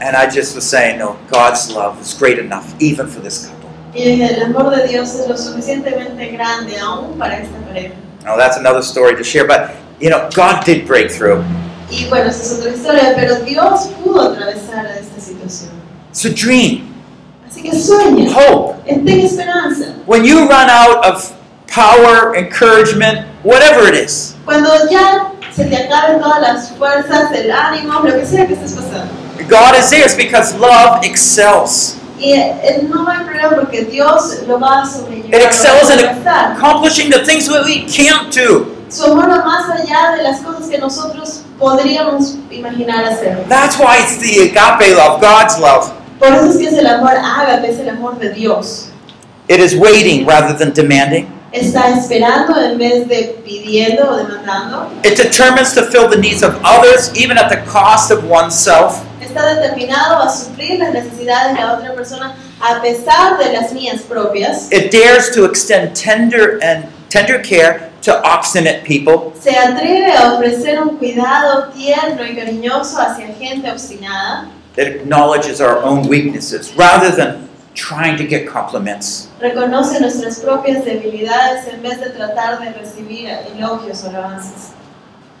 [SPEAKER 1] And I just was saying, no, God's love is great enough, even for this couple.
[SPEAKER 3] Y dije, el amor de Dios es lo suficientemente grande aún para esta pareja.
[SPEAKER 1] Now, that's another story to share, but you know, God did break through.
[SPEAKER 3] Y bueno, esa es otra historia, pero Dios pudo atravesar a esta situación.
[SPEAKER 1] It's a dream,
[SPEAKER 3] Así que sueña,
[SPEAKER 1] hope.
[SPEAKER 3] ten esperanza.
[SPEAKER 1] When you run out of power, encouragement, whatever it is,
[SPEAKER 3] Cuando ya se te acaben todas las fuerzas, el ánimo, lo que sea que estés pasando.
[SPEAKER 1] God is there. It's because love excels.
[SPEAKER 3] Y eh, no va a haber problema porque Dios lo va a
[SPEAKER 1] It
[SPEAKER 3] sobrellevar. lo va a
[SPEAKER 1] excels in-
[SPEAKER 3] atravesar.
[SPEAKER 1] accomplishing the things that we can't do.
[SPEAKER 3] Su amor va más allá de las cosas que nosotros podríamos imaginar hacer.
[SPEAKER 1] That's why it's the agape love, God's love.
[SPEAKER 3] Por eso es que es el amor ágape, es el amor de Dios.
[SPEAKER 1] It is waiting rather than demanding.
[SPEAKER 3] Está esperando en vez de pidiendo o demandando.
[SPEAKER 1] It determines to fill the needs of others, even at the cost of oneself.
[SPEAKER 3] Está determinado a suplir las necesidades de la otra persona a pesar de las mías propias.
[SPEAKER 1] It dares to extend tender and tender care to obstinate people.
[SPEAKER 3] Se atreve a ofrecer un cuidado tierno y cariñoso hacia gente obstinada.
[SPEAKER 1] It acknowledges our own weaknesses rather than trying to get compliments.
[SPEAKER 3] Reconoce nuestras propias debilidades en vez de tratar de recibir elogios o alabanzas.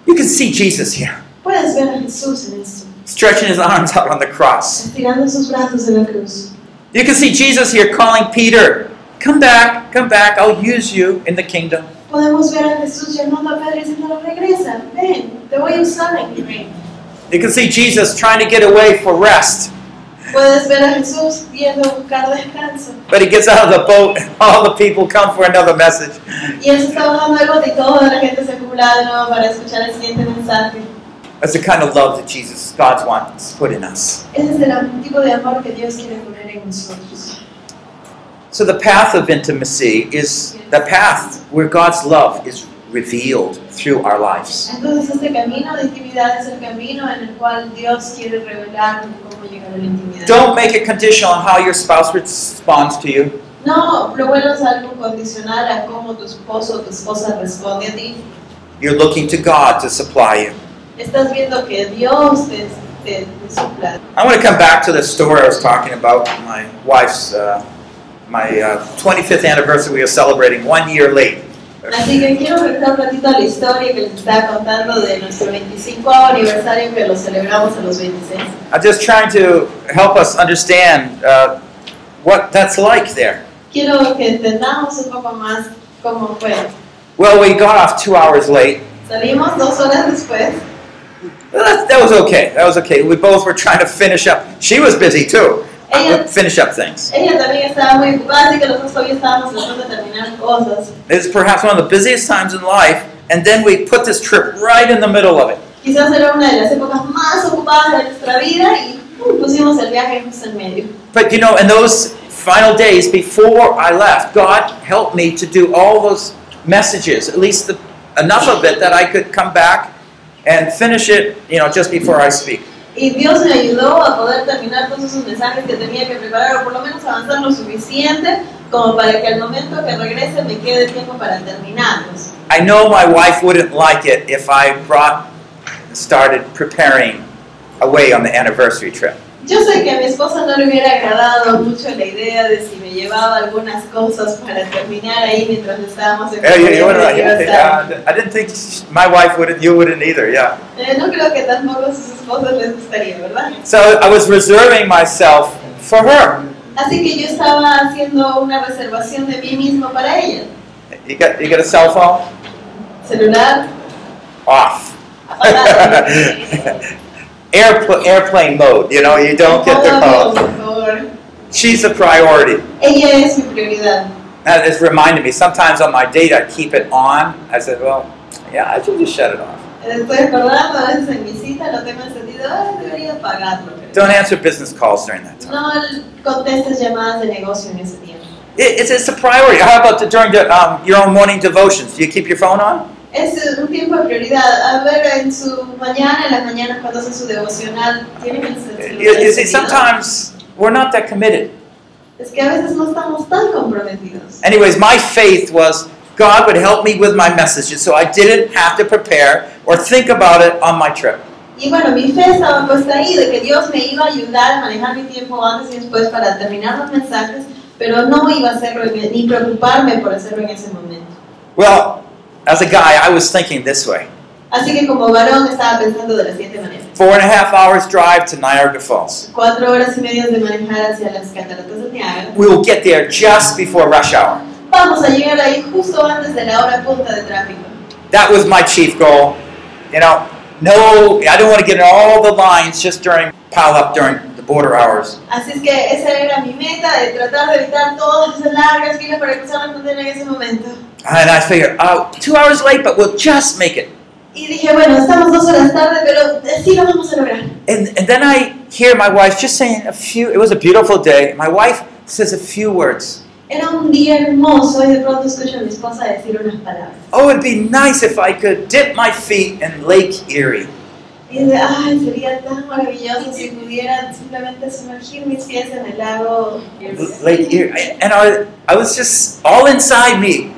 [SPEAKER 1] You can see Jesus here,
[SPEAKER 3] Puedes ver a Jesús en esto,
[SPEAKER 1] stretching his arms out on the cross.
[SPEAKER 3] estirando sus brazos en la cruz.
[SPEAKER 1] You can see Jesus here calling Peter, Come back, come back, I'll use you in the kingdom.
[SPEAKER 3] Podemos ver a Jesús llamando a Pedro y diciendo, regresa, ven, te voy a usar en mi reino".
[SPEAKER 1] You can see Jesus trying to get away for rest,
[SPEAKER 3] Puedes ver a Jesús yendo a buscar descanso.
[SPEAKER 1] but he gets out of the boat and all the people come for another message.
[SPEAKER 3] Y él se está bajando del bote y toda la gente se acumula de nuevo para escuchar el siguiente mensaje.
[SPEAKER 1] That's the kind of love that Jesus, God wants put in us.
[SPEAKER 3] Ese es el am- tipo de amor que Dios quiere poner en nosotros.
[SPEAKER 1] So the path of intimacy is the path where God's love is revealed through our lives.
[SPEAKER 3] Entonces este camino de intimidad es el camino en el cual Dios quiere revelar cómo llegar a la intimidad.
[SPEAKER 1] Don't make it conditional on how your spouse responds to you.
[SPEAKER 3] No lo vuelvas algo condicional a cómo tu esposo o tu esposa responde a ti.
[SPEAKER 1] You're looking to God to supply you.
[SPEAKER 3] Estás viendo que Dios te, te, te supla.
[SPEAKER 1] I want to come back to the story I was talking about. My wife's, uh, my uh, 25th anniversary, we are celebrating one year late.
[SPEAKER 3] Así que quiero regresar un ratito a la historia que les estaba contando de nuestro 25 aniversario que lo celebramos a los 26.
[SPEAKER 1] I'm just trying to help us understand uh, what that's like there.
[SPEAKER 3] Quiero que entendamos un poco más cómo fue.
[SPEAKER 1] Well, we got off two hours late.
[SPEAKER 3] Salimos dos horas después.
[SPEAKER 1] Well, Uh, That, that was okay. That was okay. We both were trying to finish up. She was busy too.
[SPEAKER 3] Ella-
[SPEAKER 1] Uh, finish up things.
[SPEAKER 3] Ella también estaba muy ocupada, así que nosotros todavía estábamos tratando de terminar cosas.
[SPEAKER 1] It's perhaps one of the busiest times in life, and then we put this trip right in the middle of it.
[SPEAKER 3] Quizás era una de las épocas más ocupadas de nuestra vida y ¡pum! pusimos el viaje justo en medio.
[SPEAKER 1] But you know, in those final days before I left, God helped me to do all those messages, at least the, enough of it that I could come back and finish it, you know, just before I speak.
[SPEAKER 3] Y Dios me ayudó a poder terminar todos esos mensajes que tenía que preparar, o por lo menos avanzar lo suficiente como para que al momento que regrese me quede tiempo para terminarlos.
[SPEAKER 1] I know my wife wouldn't like it if I brought started preparing away on the anniversary trip.
[SPEAKER 3] Yo sé que a mi esposa no le hubiera agradado mucho la idea de si me llevaba algunas cosas para terminar ahí mientras estábamos en
[SPEAKER 1] Yeah, you, you wouldn't, you
[SPEAKER 3] Iba a
[SPEAKER 1] wouldn't think,
[SPEAKER 3] estar-
[SPEAKER 1] uh, I didn't think sh- my wife wouldn't, you wouldn't either, yeah.
[SPEAKER 3] Eh, No creo que tampoco a sus esposas les gustaría, ¿verdad?
[SPEAKER 1] So I was reserving myself for her.
[SPEAKER 3] Así que yo estaba haciendo una reservación de mí mismo para ella.
[SPEAKER 1] You got, you got a cell phone?
[SPEAKER 3] Celular
[SPEAKER 1] Off.
[SPEAKER 3] Oh, apagado.
[SPEAKER 1] Airpl- airplane mode, you know, you don't get the
[SPEAKER 3] Modo avión,
[SPEAKER 1] call.
[SPEAKER 3] por favor.
[SPEAKER 1] She's a priority.
[SPEAKER 3] Ella es mi prioridad.
[SPEAKER 1] That has reminded me, sometimes on my date I keep it on. I said, well, yeah, I should just shut it off.
[SPEAKER 3] Me Estoy acordando, a veces en mi cita lo tengo encendido, "Ay, debería apagarlo.
[SPEAKER 1] Don't answer business calls during that time.
[SPEAKER 3] No contestes llamadas de negocio en ese tiempo.
[SPEAKER 1] It, it's, it's a priority. How about the, during the, um, your own morning devotions? Do you keep your phone on?
[SPEAKER 3] Es un tiempo de prioridad. A ver, en su mañana, en las mañanas cuando hacen su devocional, tienen el celular
[SPEAKER 1] You, you see,
[SPEAKER 3] encendido?
[SPEAKER 1] sometimes we're not that committed.
[SPEAKER 3] Es que a veces no estamos tan comprometidos.
[SPEAKER 1] Anyways, my faith was God would help me with my messages, so I didn't have to prepare or think about it on my trip.
[SPEAKER 3] Y bueno, mi fe estaba puesta ahí de que Dios me iba a ayudar a manejar mi tiempo antes y después para terminar los mensajes, pero no iba a hacerlo en- e, ni preocuparme por hacerlo en ese momento.
[SPEAKER 1] Well, as a guy, I was thinking this way
[SPEAKER 3] Así que como varón estaba pensando de la siguiente manera.
[SPEAKER 1] four and a half hours drive to Niagara Falls.
[SPEAKER 3] Cuatro horas y media de manejar hacia las cataratas de Niágara.
[SPEAKER 1] We will get there just before rush hour.
[SPEAKER 3] Vamos a llegar ahí justo antes de la hora punta de tráfico.
[SPEAKER 1] That was my chief goal. You know, no, I don't want to get in all the lines just during pile up during the border hours.
[SPEAKER 3] Así es que esa era mi meta, de tratar de evitar todas esas largas filas para cruzar la frontera en ese momento.
[SPEAKER 1] And I figured, oh, two hours late, but we'll just make it.
[SPEAKER 3] Y dije, bueno, estamos dos horas tarde, pero eh, sí lo vamos a lograr.
[SPEAKER 1] And, and then I hear my wife just saying a few, it was a beautiful day. My wife says a few words.
[SPEAKER 3] Era un día hermoso y de pronto escucho a mi esposa decir unas palabras.
[SPEAKER 1] Oh, it'd be nice if I could dip my feet in Lake Erie.
[SPEAKER 3] Y dice, ay, sería tan maravilloso si pudiera simplemente sumergir mis pies en el lago.
[SPEAKER 1] L- Lake Erie. And I, I was just all inside me.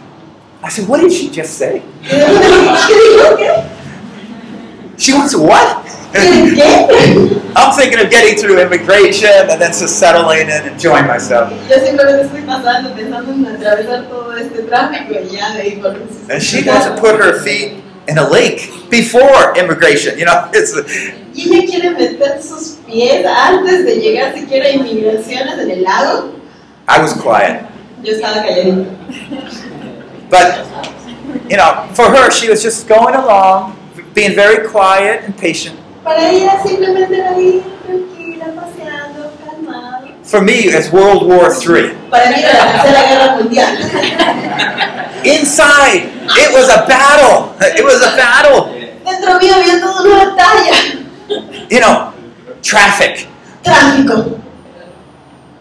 [SPEAKER 1] I said, what did she just say?
[SPEAKER 3] ¿Qué dijo? ¿Qué?
[SPEAKER 1] She wants what?
[SPEAKER 3] ¿Qué? ¿Qué?
[SPEAKER 1] I'm thinking of getting through immigration and then just settling and enjoying myself.
[SPEAKER 3] Yo simplemente estoy pasando, pensando en atravesar todo este tráfico y ya de ahí por
[SPEAKER 1] And she doesn't put her feet in a lake before immigration. You know, it's
[SPEAKER 3] Y ella quiere meter sus pies antes de llegar siquiera a inmigraciones en el lago.
[SPEAKER 1] I was quiet.
[SPEAKER 3] Yo estaba calladita.
[SPEAKER 1] But, you know, for her, she was just going along, being very quiet and patient.
[SPEAKER 3] Para ella simplemente era ir tranquila, paseando, calmada.
[SPEAKER 1] For me, it's World War III.
[SPEAKER 3] Para mí era la tercera guerra mundial.
[SPEAKER 1] Inside, it was a battle. It was a battle.
[SPEAKER 3] Dentro mío había toda una batalla.
[SPEAKER 1] You know, traffic,
[SPEAKER 3] Tráfico.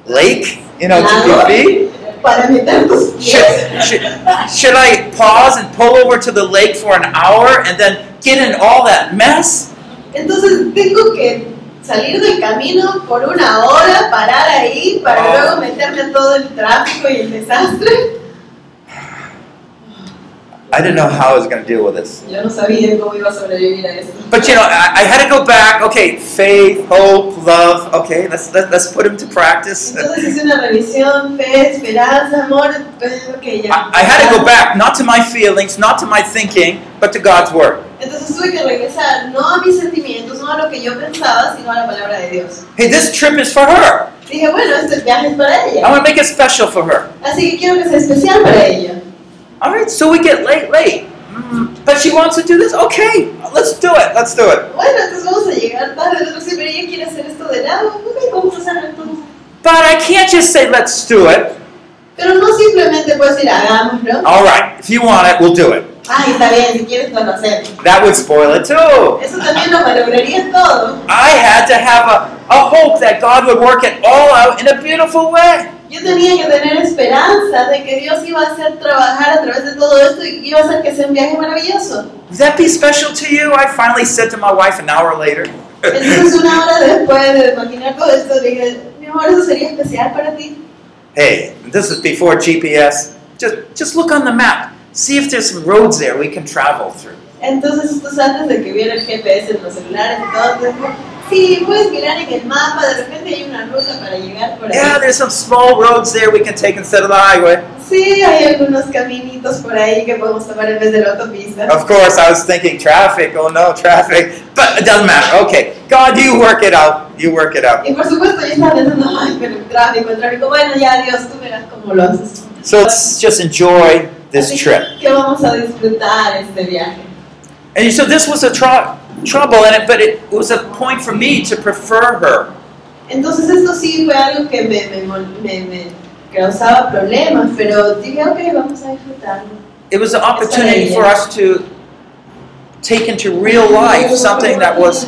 [SPEAKER 1] lake, you know, to your feet.
[SPEAKER 3] Para meter tus
[SPEAKER 1] Should,
[SPEAKER 3] pies.
[SPEAKER 1] should, should I pause and pull over to the lake for an hour and then get in all that mess?
[SPEAKER 3] Entonces tengo que salir del camino por una hora, parar ahí, para
[SPEAKER 1] Ah.
[SPEAKER 3] luego meterme a todo el tráfico y el desastre.
[SPEAKER 1] I didn't know how I was going to deal with this.
[SPEAKER 3] Yo no sabía cómo iba a sobrevivir a esto.
[SPEAKER 1] But you know, I, I had to go back. Okay, faith, hope, love. Okay, let's let, let's put them to practice.
[SPEAKER 3] Entonces hice una revisión, fe, esperanza, amor, pues, ok,
[SPEAKER 1] I,
[SPEAKER 3] ya.
[SPEAKER 1] Ah, I had to go back, not to my feelings, not to my thinking, but to God's word.
[SPEAKER 3] Entonces tuve que regresar, no a mis sentimientos, no a lo que yo pensaba, sino a la palabra de Dios.
[SPEAKER 1] Hey, this trip is for her.
[SPEAKER 3] Dije, bueno, este viaje es para
[SPEAKER 1] I
[SPEAKER 3] ella,
[SPEAKER 1] want to make it special for her.
[SPEAKER 3] así que quiero que sea especial para ella.
[SPEAKER 1] All right, so we get late, late. Mm, But she wants to do this. Okay, let's do it. Let's do it.
[SPEAKER 3] Bueno, entonces vamos a llegar tarde, no sé, pero ella quiere hacer esto de lado, ok, vamos a hacerlo entonces.
[SPEAKER 1] But I can't just say let's do it.
[SPEAKER 3] Pero no simplemente puedes decir, hagámoslo.
[SPEAKER 1] All right, if you want it, we'll do it.
[SPEAKER 3] Ay, Ah, está bien, si quieres lo hacemos.
[SPEAKER 1] That would spoil it too.
[SPEAKER 3] Eso también lo valoraría todo.
[SPEAKER 1] I had to have a, a hope that God would work it all out in a beautiful way.
[SPEAKER 3] Yo tenía que tener esperanza de que Dios iba a hacer trabajar a través de todo esto y iba a hacer que sea un viaje maravilloso.
[SPEAKER 1] Would that be special to you? I finally said to my wife an hour later.
[SPEAKER 3] Entonces una hora después de imaginar todo esto, dije, mi amor, eso sería especial para ti.
[SPEAKER 1] hey, this is before GPS. Just just look on the map. See if there's some roads there we can travel through.
[SPEAKER 3] Entonces esto es antes de que viera el GPS en los celulares y todo. entonces, Si puedes mirar en el mapa, de repente hay una ruta para llegar por
[SPEAKER 1] Yeah,
[SPEAKER 3] ahí.
[SPEAKER 1] there's some small roads there we can take instead of the highway.
[SPEAKER 3] Sí, hay algunos caminitos por ahí que podemos tomar en vez de la autopista.
[SPEAKER 1] Of course, I was thinking traffic. Oh no, traffic. But it doesn't matter. Okay. God, you work it out. You work it out.
[SPEAKER 3] Y por supuesto, yo estaba pensando, ay, pero el tráfico, el tráfico. Bueno, ya, Dios, tú verás cómo lo haces.
[SPEAKER 1] So let's just enjoy
[SPEAKER 3] Así
[SPEAKER 1] this trip.
[SPEAKER 3] Que vamos a disfrutar este viaje.
[SPEAKER 1] And so this was a tro- trouble in it, but it was a point for me to prefer her.
[SPEAKER 3] Entonces, esto sí fue algo que me, me, mon- me, me causaba problemas, pero dije, ok, vamos a disfrutarlo.
[SPEAKER 1] It was an opportunity for us to take into real life something that was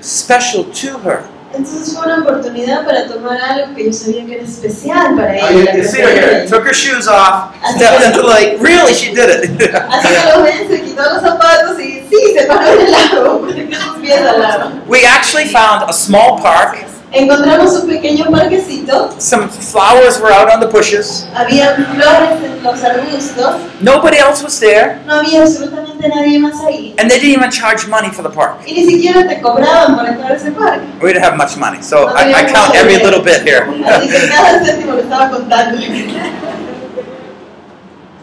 [SPEAKER 1] special to her.
[SPEAKER 3] Entonces, fue una oportunidad para tomar algo que yo sabía que era especial para ella.
[SPEAKER 1] Oh, you
[SPEAKER 3] la
[SPEAKER 1] can see her
[SPEAKER 3] persona que
[SPEAKER 1] here.
[SPEAKER 3] ella.
[SPEAKER 1] Took her shoes off, stepped into the lake. Really, she did
[SPEAKER 3] Así
[SPEAKER 1] it.
[SPEAKER 3] que lo ven, se quitó los zapatos y sí, se paró en el lago, porque sus pies al lago.
[SPEAKER 1] we actually found a small park.
[SPEAKER 3] Encontramos un pequeño parquecito,
[SPEAKER 1] Some flowers were out on the bushes.
[SPEAKER 3] había flores en los arbustos,
[SPEAKER 1] Nobody else was there,
[SPEAKER 3] no había absolutamente nadie más ahí.
[SPEAKER 1] and they didn't even charge money for the park.
[SPEAKER 3] Y ni siquiera te cobraban por entrar a ese parque.
[SPEAKER 1] We didn't have much money, so I, I count every little bit here.
[SPEAKER 3] Así que cada céntimo lo estaba contando.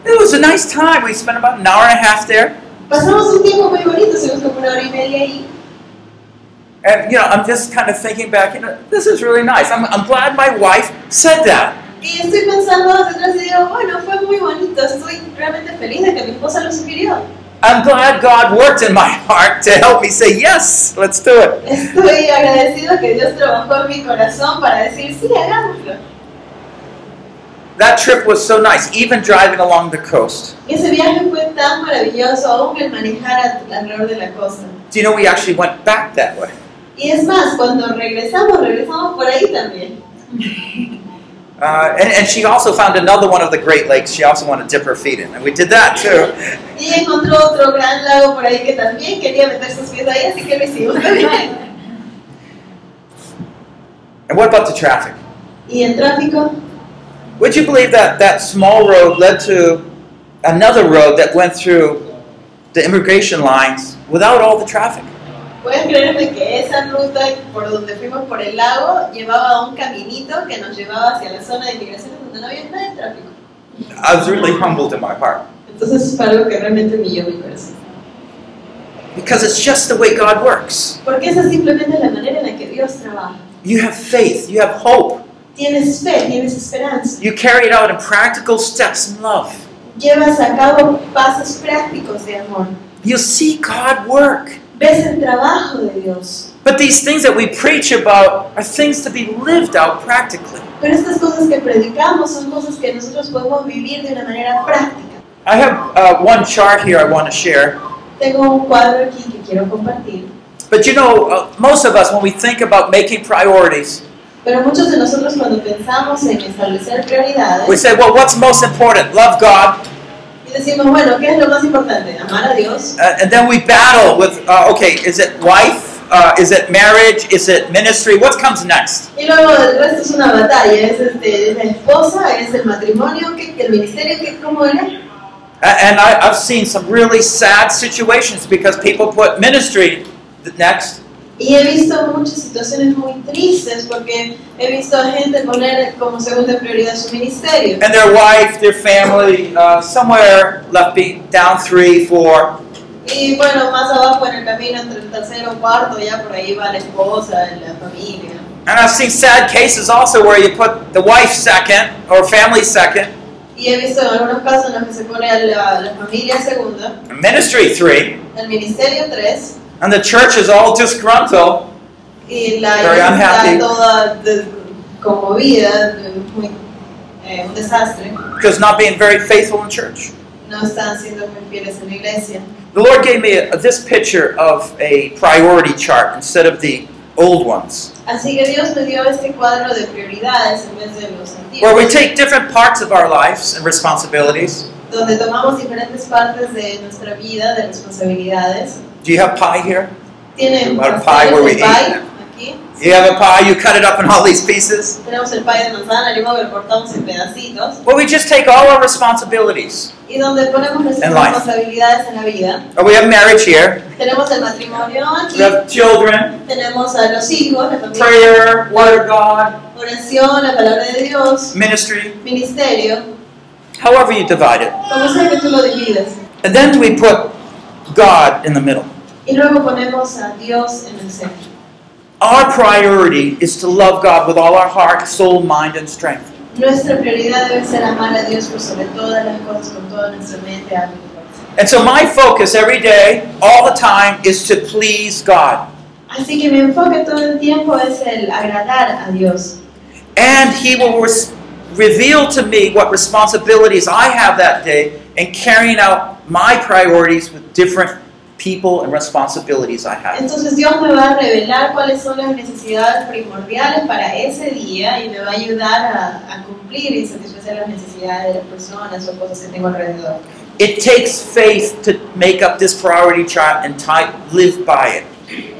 [SPEAKER 1] It was a nice time. We spent about an hour and a half there.
[SPEAKER 3] Pasamos un tiempo muy bonito, se como una hora y media ahí.
[SPEAKER 1] And, you know, I'm just kind of thinking back, you know, this is really nice. I'm, I'm glad my wife said that.
[SPEAKER 3] Y estoy pensando hacia atrás y digo, bueno, fue muy bonito, estoy realmente feliz de que mi esposa lo sugirió.
[SPEAKER 1] I'm glad God worked in my heart to help me say, yes, let's do it.
[SPEAKER 3] Estoy agradecido que Dios trabajó en mi corazón para decir, sí, hagámoslo.
[SPEAKER 1] That trip was so nice, even driving along the coast.
[SPEAKER 3] Y ese viaje fue tan maravilloso, aún el manejar a- alrededor de la costa.
[SPEAKER 1] Do you know we actually went back that way?
[SPEAKER 3] Y es más, cuando regresamos, regresamos por ahí también.
[SPEAKER 1] Uh, and, and she also found another one of the Great Lakes she also wanted to dip her feet in. And we did that too.
[SPEAKER 3] Y ella encontró otro gran lago por ahí que también quería meter sus pies ahí, así que lo hicimos también.
[SPEAKER 1] And what about the traffic?
[SPEAKER 3] Y el tráfico,
[SPEAKER 1] Would you believe that that small road led to another road that went through the immigration lines without all the traffic?
[SPEAKER 3] puedes creerme que esa ruta por donde fuimos por el lago llevaba un caminito que nos llevaba hacia la zona de inmigración donde no había nada de tráfico.
[SPEAKER 1] I was really humbled in my heart
[SPEAKER 3] Entonces eso es algo que realmente humilló mi corazón.
[SPEAKER 1] because it's just the way God works.
[SPEAKER 3] Porque esa es simplemente la manera en la que Dios trabaja.
[SPEAKER 1] You have faith, you have hope.
[SPEAKER 3] Tienes fe, tienes esperanza.
[SPEAKER 1] You carry it out in practical steps in love.
[SPEAKER 3] Llevas a cabo pasos prácticos de amor.
[SPEAKER 1] You see God work.
[SPEAKER 3] Ves el trabajo de Dios.
[SPEAKER 1] But these things that we preach about are things to be lived out practically.
[SPEAKER 3] Pero estas cosas que predicamos son cosas que nosotros podemos vivir de una manera práctica.
[SPEAKER 1] I have uh, one chart here I want to share.
[SPEAKER 3] Tengo un cuadro aquí que quiero compartir.
[SPEAKER 1] But you know, uh, most of us, when we think about making priorities,
[SPEAKER 3] Pero muchos de nosotros cuando pensamos en establecer
[SPEAKER 1] we
[SPEAKER 3] prioridades
[SPEAKER 1] say, well, what's most important? Love God.
[SPEAKER 3] y decimos, bueno, ¿qué es lo más importante? Amar a Dios.
[SPEAKER 1] Uh, and then we battle with, uh, okay, is it wife? Uh, is it marriage? Is it ministry? What comes next?
[SPEAKER 3] Y luego el resto es una batalla. Es, este, es la esposa, es el matrimonio, que el ministerio, que cómo era.
[SPEAKER 1] A- And I, I've seen some really sad situations because people put ministry th- next,
[SPEAKER 3] Y he visto muchas situaciones muy tristes porque he visto a gente poner como segunda prioridad su ministerio.
[SPEAKER 1] and their wife, their family, uh, somewhere left be down three, four.
[SPEAKER 3] Y bueno, más abajo en el camino, entre el tercero o cuarto, ya por ahí va la esposa, la familia.
[SPEAKER 1] And I've seen sad cases also where you put the wife second or family second,
[SPEAKER 3] Y he visto en algunos casos en los que se pone a la, la familia segunda,
[SPEAKER 1] and ministry three.
[SPEAKER 3] el ministerio tres,
[SPEAKER 1] And the church is all disgruntled.
[SPEAKER 3] y la
[SPEAKER 1] Very
[SPEAKER 3] iglesia
[SPEAKER 1] unhappy.
[SPEAKER 3] está toda de- conmovida, de- muy, eh, un desastre.
[SPEAKER 1] because not being very faithful in church.
[SPEAKER 3] No están siendo muy fieles en la iglesia.
[SPEAKER 1] The Lord gave me a- this picture of a priority chart instead of the old ones,
[SPEAKER 3] Así que Dios me dio este cuadro de prioridades en vez de los
[SPEAKER 1] where we
[SPEAKER 3] antiguos,
[SPEAKER 1] take different parts of our lives and responsibilities.
[SPEAKER 3] donde tomamos diferentes partes de nuestra vida, de responsabilidades.
[SPEAKER 1] Do you have pie here?
[SPEAKER 3] Tiene
[SPEAKER 1] About
[SPEAKER 3] pasteles
[SPEAKER 1] pie where we
[SPEAKER 3] de pie
[SPEAKER 1] eat.
[SPEAKER 3] aquí.
[SPEAKER 1] You have a pie, you cut it up in all these pieces.
[SPEAKER 3] Tenemos el pie de manzana, limón que lo cortamos en pedacitos.
[SPEAKER 1] Well, we just take all our responsibilities.
[SPEAKER 3] Y donde ponemos nuestras
[SPEAKER 1] And life.
[SPEAKER 3] responsabilidades en la vida.
[SPEAKER 1] Oh, we have marriage here,
[SPEAKER 3] Tenemos el matrimonio aquí,
[SPEAKER 1] we have children,
[SPEAKER 3] tenemos a los hijos, la familia,
[SPEAKER 1] prayer, word of God,
[SPEAKER 3] oración, la palabra de Dios,
[SPEAKER 1] ministry,
[SPEAKER 3] ministerio.
[SPEAKER 1] however you divide it.
[SPEAKER 3] Como sea que tú lo divides.
[SPEAKER 1] And then we put God in the middle.
[SPEAKER 3] Y luego ponemos a Dios en el centro.
[SPEAKER 1] Our priority is to love God with all our heart, soul, mind, and strength.
[SPEAKER 3] Nuestra prioridad debe ser amar a Dios por sobre todas las cosas, con toda nuestra mente, alma y fuerza.
[SPEAKER 1] And so my focus every day, all the time, is to please God.
[SPEAKER 3] Así que mi enfoque todo el tiempo es el agradar a Dios.
[SPEAKER 1] And He will res- reveal to me what responsibilities I have that day in carrying out my priorities with different people and responsibilities I have.
[SPEAKER 3] Entonces Dios me va a revelar cuáles son las necesidades primordiales para ese día y me va a ayudar a, a cumplir y satisfacer las necesidades de las personas o cosas que tengo alrededor.
[SPEAKER 1] It takes faith to make up this priority chart and type, live by it.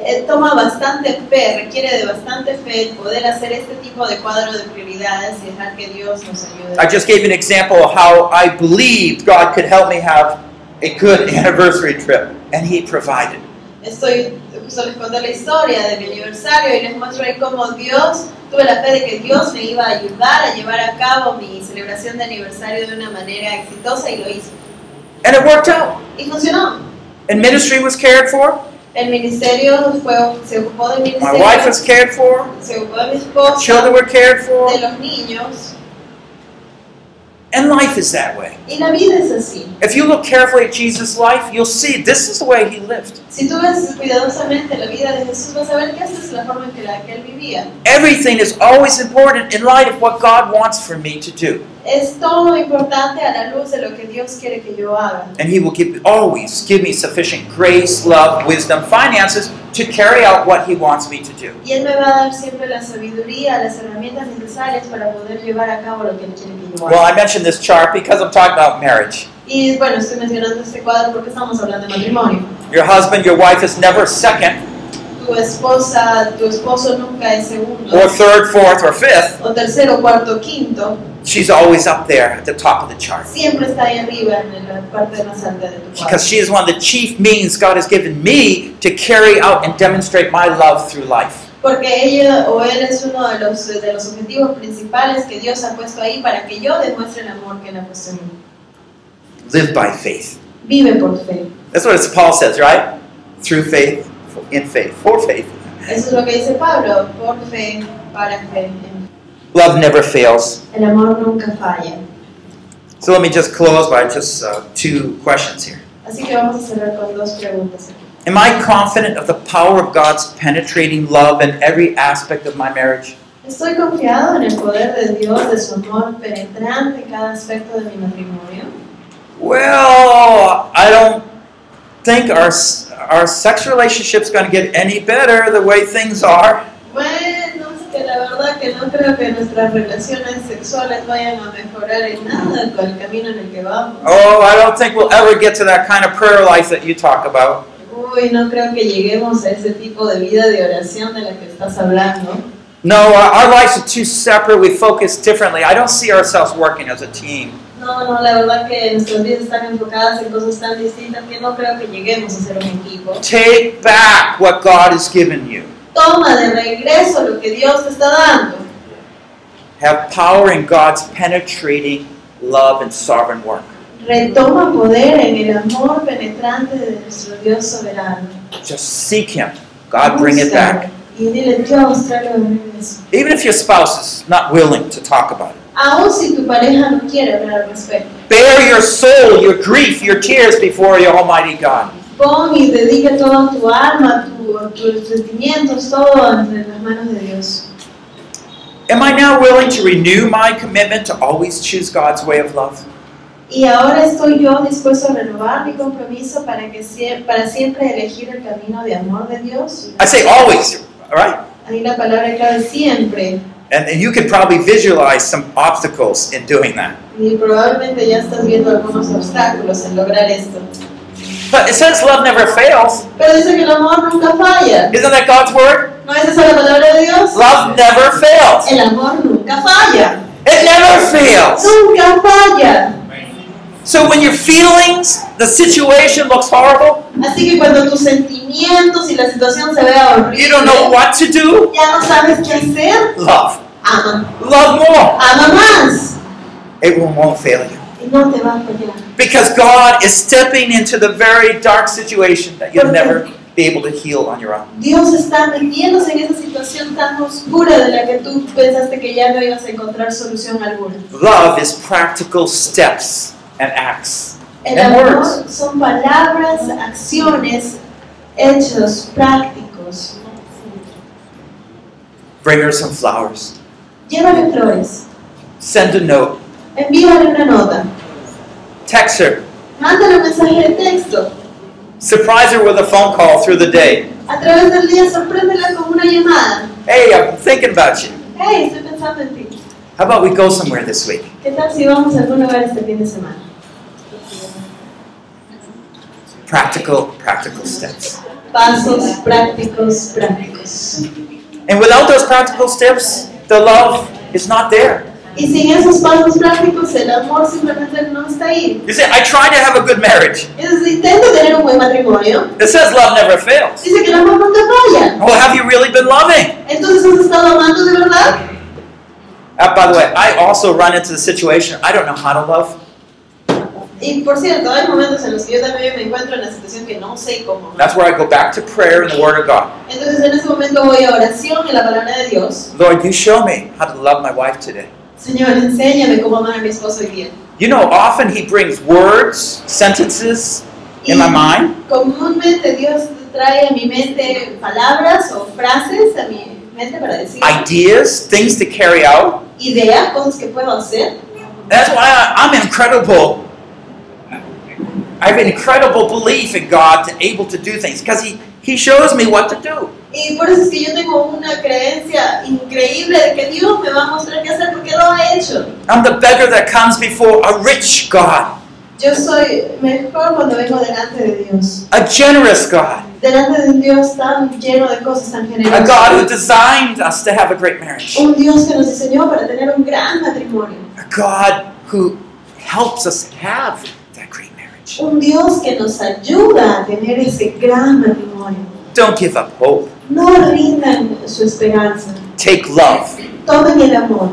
[SPEAKER 3] Eh, toma bastante fe, requiere de bastante fe poder hacer este tipo de cuadro de prioridades y dejar que Dios nos ayude.
[SPEAKER 1] I just gave you an example of how I believed God could help me have a good anniversary trip, and He provided.
[SPEAKER 3] Estoy, solo les conté la historia de mi aniversario y les muestro ahí cómo Dios, tuve la fe de que Dios me iba a ayudar a llevar a cabo mi celebración de aniversario de una manera exitosa y lo hizo.
[SPEAKER 1] And it worked out.
[SPEAKER 3] Y funcionó.
[SPEAKER 1] And ministry was cared for,
[SPEAKER 3] El ministerio fue, se ocupó del
[SPEAKER 1] my
[SPEAKER 3] ministerio,
[SPEAKER 1] wife was cared for,
[SPEAKER 3] se ocupó de mi esposa,
[SPEAKER 1] children were cared for,
[SPEAKER 3] de los niños.
[SPEAKER 1] and life is that way.
[SPEAKER 3] Y la vida es así.
[SPEAKER 1] If you look carefully at Jesus' life, you'll see this is the way He lived.
[SPEAKER 3] Si tú ves cuidadosamente la vida de Jesús, vas a ver que esa es la forma en que, la que él vivía.
[SPEAKER 1] Everything is always important in light of what God wants for me to do,
[SPEAKER 3] Es todo importante a la luz de lo que Dios quiere que yo haga.
[SPEAKER 1] and He will give always give me sufficient grace, love, wisdom, finances to carry out what He wants me to do.
[SPEAKER 3] Y Él me va a dar siempre la sabiduría, las herramientas necesarias para poder llevar a cabo lo que Él quiere que yo haga.
[SPEAKER 1] Well, I mentioned this chart because I'm talking about marriage.
[SPEAKER 3] Y bueno, estoy mencionando este cuadro porque estamos hablando de matrimonio.
[SPEAKER 1] Your husband, your wife is never second
[SPEAKER 3] Tu esposa, tu esposo nunca es segundo,
[SPEAKER 1] or third, fourth, or fifth.
[SPEAKER 3] o tercero, cuarto, quinto.
[SPEAKER 1] She's always up there at the top of the chart
[SPEAKER 3] Siempre está ahí arriba en la parte más alta de tu cuadro.
[SPEAKER 1] because she is one of the chief means God has given me to carry out and demonstrate my love through life.
[SPEAKER 3] Porque ella o él es uno de los, de los objetivos principales que Dios ha puesto ahí para que yo demuestre el amor que Él ha puesto en mí.
[SPEAKER 1] Live by faith.
[SPEAKER 3] Vive por fe.
[SPEAKER 1] That's what it's, Paul says, right? Through faith, in faith, for faith.
[SPEAKER 3] Eso es lo que dice Pablo, por fe, para fe, en fe.
[SPEAKER 1] Love never fails.
[SPEAKER 3] El amor nunca falla.
[SPEAKER 1] So let me just close by just uh, two questions here.
[SPEAKER 3] Así que vamos a cerrar con dos preguntas. aquí.
[SPEAKER 1] Am I confident of the power of God's penetrating love in every aspect of my marriage?
[SPEAKER 3] Estoy confiado en el poder de Dios, de su amor penetrante en cada aspecto de mi matrimonio.
[SPEAKER 1] Well, I don't think our our sex relationship's going to get any better the way things are.
[SPEAKER 3] Bueno, es que la verdad que no creo que nuestras relaciones sexuales vayan a mejorar en nada con el camino en el que vamos.
[SPEAKER 1] Oh, I don't think we'll ever get to that kind of prayer life that you talk about.
[SPEAKER 3] Uy, no creo que lleguemos a ese tipo de vida de oración de la que estás hablando.
[SPEAKER 1] No, our, our lives are too separate. We focus differently. I don't see ourselves working as a team.
[SPEAKER 3] No, no, la verdad que nuestras vidas están enfocadas en cosas tan distintas que no creo que lleguemos a ser un equipo.
[SPEAKER 1] Take back what God has given you.
[SPEAKER 3] Toma de regreso lo que Dios te está dando.
[SPEAKER 1] Have power in God's penetrating love and sovereign work.
[SPEAKER 3] Retoma poder en el amor penetrante de nuestro Dios soberano.
[SPEAKER 1] Just seek Him. God, bring it back.
[SPEAKER 3] Y dile, Dios, tráelo de regreso.
[SPEAKER 1] Even if your spouse is not willing to talk about it.
[SPEAKER 3] Aún si tu pareja no quiere hablar al respecto,
[SPEAKER 1] Bear your soul, your grief, your tears before your Almighty God.
[SPEAKER 3] pon y dedica toda tu alma, tu- tus sentimientos, todo entre las manos de Dios.
[SPEAKER 1] Am I now willing to renew my commitment to always choose God's way of love?
[SPEAKER 3] Y ahora estoy yo dispuesto a renovar mi compromiso para, que sie- para siempre elegir el camino de amor de Dios.
[SPEAKER 1] I say always, all right?
[SPEAKER 3] Ahí la palabra clave siempre.
[SPEAKER 1] And, and you could probably visualize some obstacles in doing that.
[SPEAKER 3] Y probablemente ya estás viendo algunos obstáculos en lograr esto.
[SPEAKER 1] But it says love never fails.
[SPEAKER 3] Pero dice que el amor nunca falla.
[SPEAKER 1] Isn't that God's word?
[SPEAKER 3] ¿No es esa la palabra de Dios?
[SPEAKER 1] Love never fails.
[SPEAKER 3] El amor nunca falla.
[SPEAKER 1] It never fails.
[SPEAKER 3] Nunca falla.
[SPEAKER 1] So when your feelings, the situation looks horrible,
[SPEAKER 3] Así que cuando tus sentimientos y la situación se vea horrible,
[SPEAKER 1] you don't know what to do,
[SPEAKER 3] ya no sabes qué hacer,
[SPEAKER 1] love.
[SPEAKER 3] ama.
[SPEAKER 1] Love more.
[SPEAKER 3] Ama más.
[SPEAKER 1] It won't- won't fail you.
[SPEAKER 3] Y no te va a fallar.
[SPEAKER 1] Because God is stepping into the very dark situation that you'll never be able to heal on your own.
[SPEAKER 3] Dios está metiéndose en esa situación tan oscura de la que tú pensaste que ya no ibas a encontrar solución alguna.
[SPEAKER 1] Love is practical steps and acts.
[SPEAKER 3] El
[SPEAKER 1] And
[SPEAKER 3] amor
[SPEAKER 1] words.
[SPEAKER 3] son palabras, acciones, hechos prácticos.
[SPEAKER 1] Bring her some flowers.
[SPEAKER 3] Llévale flores,
[SPEAKER 1] Send a note.
[SPEAKER 3] envíale una nota,
[SPEAKER 1] Text her.
[SPEAKER 3] mándale un mensaje de texto.
[SPEAKER 1] Surprise her with a phone call through the day.
[SPEAKER 3] A través del día sorpréndela con una llamada.
[SPEAKER 1] Hey, I'm thinking about you.
[SPEAKER 3] Hey, estoy pensando en ti.
[SPEAKER 1] How about we go somewhere this week?
[SPEAKER 3] ¿Qué tal si vamos a algún lugar este fin de semana?
[SPEAKER 1] Practical, practical steps.
[SPEAKER 3] Pasos prácticos, prácticos.
[SPEAKER 1] And without those practical steps, the love is not there.
[SPEAKER 3] Y sin esos pasos prácticos, el amor simplemente no está ahí.
[SPEAKER 1] You say, I try to have a good marriage.
[SPEAKER 3] Entonces, intenta tener un buen matrimonio.
[SPEAKER 1] It says love never fails.
[SPEAKER 3] Dice que el amor nunca falla.
[SPEAKER 1] Well, have you really been loving?
[SPEAKER 3] Entonces, ¿has estado amando de verdad?
[SPEAKER 1] Uh, by the way, I also run into the situation I don't know how to love.
[SPEAKER 3] Y por cierto, hay momentos en los que yo también me encuentro en la situación que no sé cómo. amar.
[SPEAKER 1] That's where I go back to prayer and the Word of God.
[SPEAKER 3] Entonces, en ese momento voy a oración en la palabra de Dios.
[SPEAKER 1] Lord, you show me how to love my wife today.
[SPEAKER 3] Señor, enséñame cómo amar a mi esposo hoy día.
[SPEAKER 1] You know, often He brings words, sentences
[SPEAKER 3] Y
[SPEAKER 1] in my mind,
[SPEAKER 3] comúnmente Dios trae a mi mente palabras o frases a mi mente para decir
[SPEAKER 1] ideas, things to carry out.
[SPEAKER 3] ideas, cosas que puedo hacer.
[SPEAKER 1] That's why I, I'm incredible. I have incredible belief in God to able to do things because He He shows me what to do.
[SPEAKER 3] Y por eso es que yo tengo una creencia increíble de que Dios me va a mostrar qué hacer porque lo ha hecho.
[SPEAKER 1] I'm the beggar that comes before a rich God,
[SPEAKER 3] Yo soy mejor cuando vengo delante de Dios.
[SPEAKER 1] a generous God,
[SPEAKER 3] Delante de un Dios tan lleno de cosas tan
[SPEAKER 1] a God who
[SPEAKER 3] generosas.
[SPEAKER 1] designed us to have a great marriage,
[SPEAKER 3] Un Dios que nos diseñó para tener un gran matrimonio.
[SPEAKER 1] a God who helps us have that great marriage.
[SPEAKER 3] Un Dios que nos ayuda a tener ese gran matrimonio.
[SPEAKER 1] Don't give up hope.
[SPEAKER 3] No rindan su esperanza.
[SPEAKER 1] Take love
[SPEAKER 3] Tomen el amor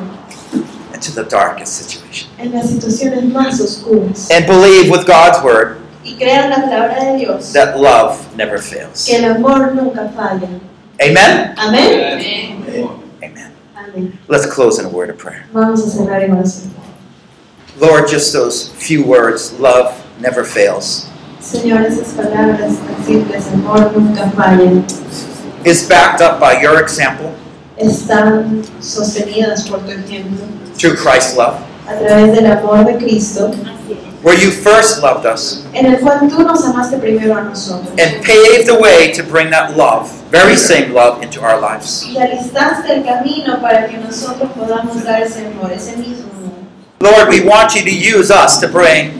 [SPEAKER 1] into the darkest situation
[SPEAKER 3] en las situaciones más oscuras.
[SPEAKER 1] and believe with God's word
[SPEAKER 3] Y crean la palabra de Dios.
[SPEAKER 1] that love never fails.
[SPEAKER 3] Que el amor nunca falla.
[SPEAKER 1] Amen.
[SPEAKER 3] Amén.
[SPEAKER 1] Amen.
[SPEAKER 3] Amén.
[SPEAKER 1] Let's close in a word of prayer.
[SPEAKER 3] Vamos a cerrar en oración.
[SPEAKER 1] Lord, just those few words, love never fails,
[SPEAKER 3] Señor, esas palabras tan simples, amor nunca fallan,
[SPEAKER 1] is backed up by your example
[SPEAKER 3] están sostenidas por tu ejemplo
[SPEAKER 1] through Christ's love,
[SPEAKER 3] a través del amor de Cristo,
[SPEAKER 1] where you first loved us
[SPEAKER 3] en el cual tú nos amaste primero a nosotros.
[SPEAKER 1] and paved the way to bring that love, very same love, into our lives.
[SPEAKER 3] Y alistaste el camino para que nosotros podamos dar ese amor, ese mismo amor.
[SPEAKER 1] Lord, we want you to use us to bring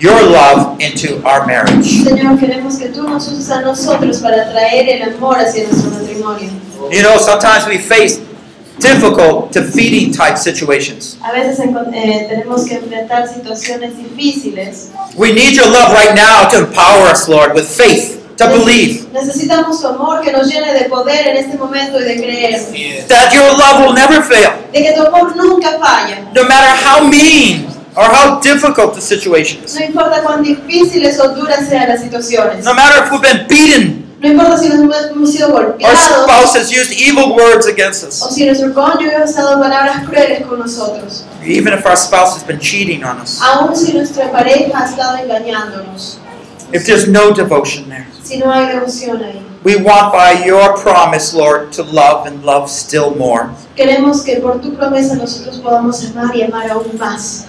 [SPEAKER 1] your love into our marriage.
[SPEAKER 3] Señor, queremos que tú nos uses a nosotros para traer el amor hacia nuestro matrimonio.
[SPEAKER 1] You know, sometimes we face difficult, defeating type situations.
[SPEAKER 3] A veces encon- eh, tenemos que enfrentar situaciones difíciles.
[SPEAKER 1] We need your love right now to empower us, Lord, with faith, to believe
[SPEAKER 3] Necesitamos tu amor que nos llene de poder en este momento y de creer.
[SPEAKER 1] that your love will never fail.
[SPEAKER 3] de que tu amor nunca falla.
[SPEAKER 1] no matter how mean or how difficult the situation is,
[SPEAKER 3] No importa cuán difíciles o duras sean las situaciones.
[SPEAKER 1] no matter if we've been beaten,
[SPEAKER 3] No importa si nos hemos, hemos sido
[SPEAKER 1] our
[SPEAKER 3] golpeados
[SPEAKER 1] spouse has used evil words against
[SPEAKER 3] o
[SPEAKER 1] us,
[SPEAKER 3] si nuestro cónyuge ha usado palabras crueles con nosotros.
[SPEAKER 1] even if our spouse has been cheating on us,
[SPEAKER 3] Aún si nuestra pareja ha estado engañándonos.
[SPEAKER 1] if there's no devotion there.
[SPEAKER 3] Si no hay devoción ahí.
[SPEAKER 1] We want by your promise, Lord, to love and love still more.
[SPEAKER 3] Queremos que por tu promesa nosotros podamos amar y amar aún más.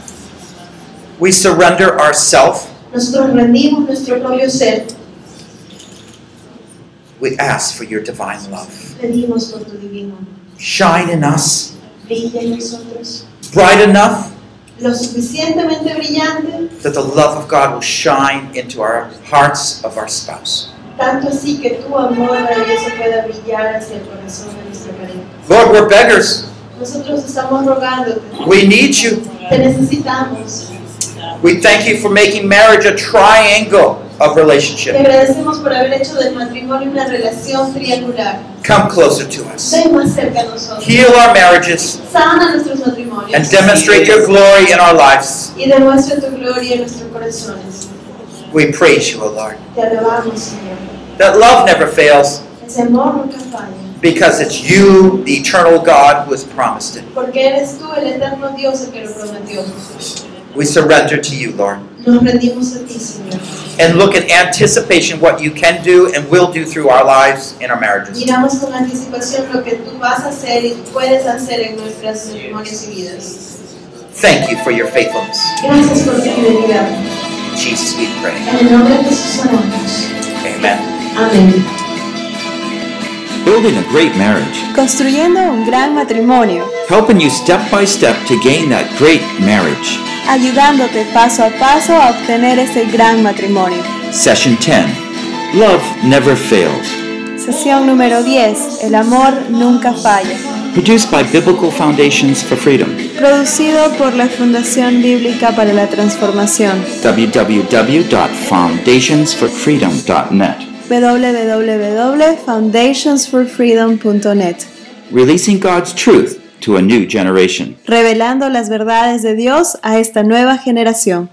[SPEAKER 1] We surrender ourselves.
[SPEAKER 3] Nosotros rendimos nuestro propio ser.
[SPEAKER 1] We ask for your divine love.
[SPEAKER 3] Pedimos por tu divino. amor.
[SPEAKER 1] Shine in us,
[SPEAKER 3] Brilla en nosotros.
[SPEAKER 1] bright enough
[SPEAKER 3] Lo suficientemente brillante
[SPEAKER 1] that the love of God will shine into our hearts of our spouse.
[SPEAKER 3] tanto así que tu amor maravilloso pueda brillar hacia el corazón de nuestro rey.
[SPEAKER 1] Lord, we're beggars.
[SPEAKER 3] Nosotros estamos rogándote,
[SPEAKER 1] We need you.
[SPEAKER 3] te necesitamos.
[SPEAKER 1] We thank you for making marriage a triangle of
[SPEAKER 3] Te
[SPEAKER 1] relationship.
[SPEAKER 3] agradecemos por haber hecho del matrimonio una relación triangular.
[SPEAKER 1] Come closer to us.
[SPEAKER 3] Ven más cerca a nosotros.
[SPEAKER 1] Heal our marriages
[SPEAKER 3] Sana nuestros matrimonios.
[SPEAKER 1] and demonstrate your glory in our lives.
[SPEAKER 3] Y demuestra tu gloria en nuestros corazones.
[SPEAKER 1] We praise you, O Lord.
[SPEAKER 3] Te alabamos, Señor.
[SPEAKER 1] That love never fails
[SPEAKER 3] Ese amor nunca falla.
[SPEAKER 1] because it's you, the eternal God, who has promised it.
[SPEAKER 3] Porque eres tú el eterno Dios el que lo prometió.
[SPEAKER 1] We surrender to you, Lord.
[SPEAKER 3] Nos rendimos a ti, Señor.
[SPEAKER 1] And look at anticipation what you can do and will do through our lives and our marriages.
[SPEAKER 3] Miramos con anticipación lo que tú vas a hacer y puedes hacer en nuestros matrimonios y vidas.
[SPEAKER 1] Thank you for your faithfulness.
[SPEAKER 3] Gracias por tu fidelidad.
[SPEAKER 1] In Jesus, we pray.
[SPEAKER 3] En el nombre de Jesús oramos.
[SPEAKER 1] Amen.
[SPEAKER 3] Amén.
[SPEAKER 4] Building a great marriage,
[SPEAKER 2] Construyendo un gran matrimonio,
[SPEAKER 4] helping you step by step to gain that great marriage.
[SPEAKER 2] ayudándote paso a paso a obtener ese gran matrimonio.
[SPEAKER 4] Session 10 Love Never Fails.
[SPEAKER 2] Sesión número 10. El amor nunca falla.
[SPEAKER 4] Produced by Biblical Foundations for Freedom.
[SPEAKER 2] Producido por la Fundación Bíblica para la Transformación.
[SPEAKER 4] www.foundationsforfreedom.net.
[SPEAKER 2] www.foundationsforfreedom.net.
[SPEAKER 4] Releasing God's truth to a new generation.
[SPEAKER 2] Revelando las verdades de Dios a esta nueva generación.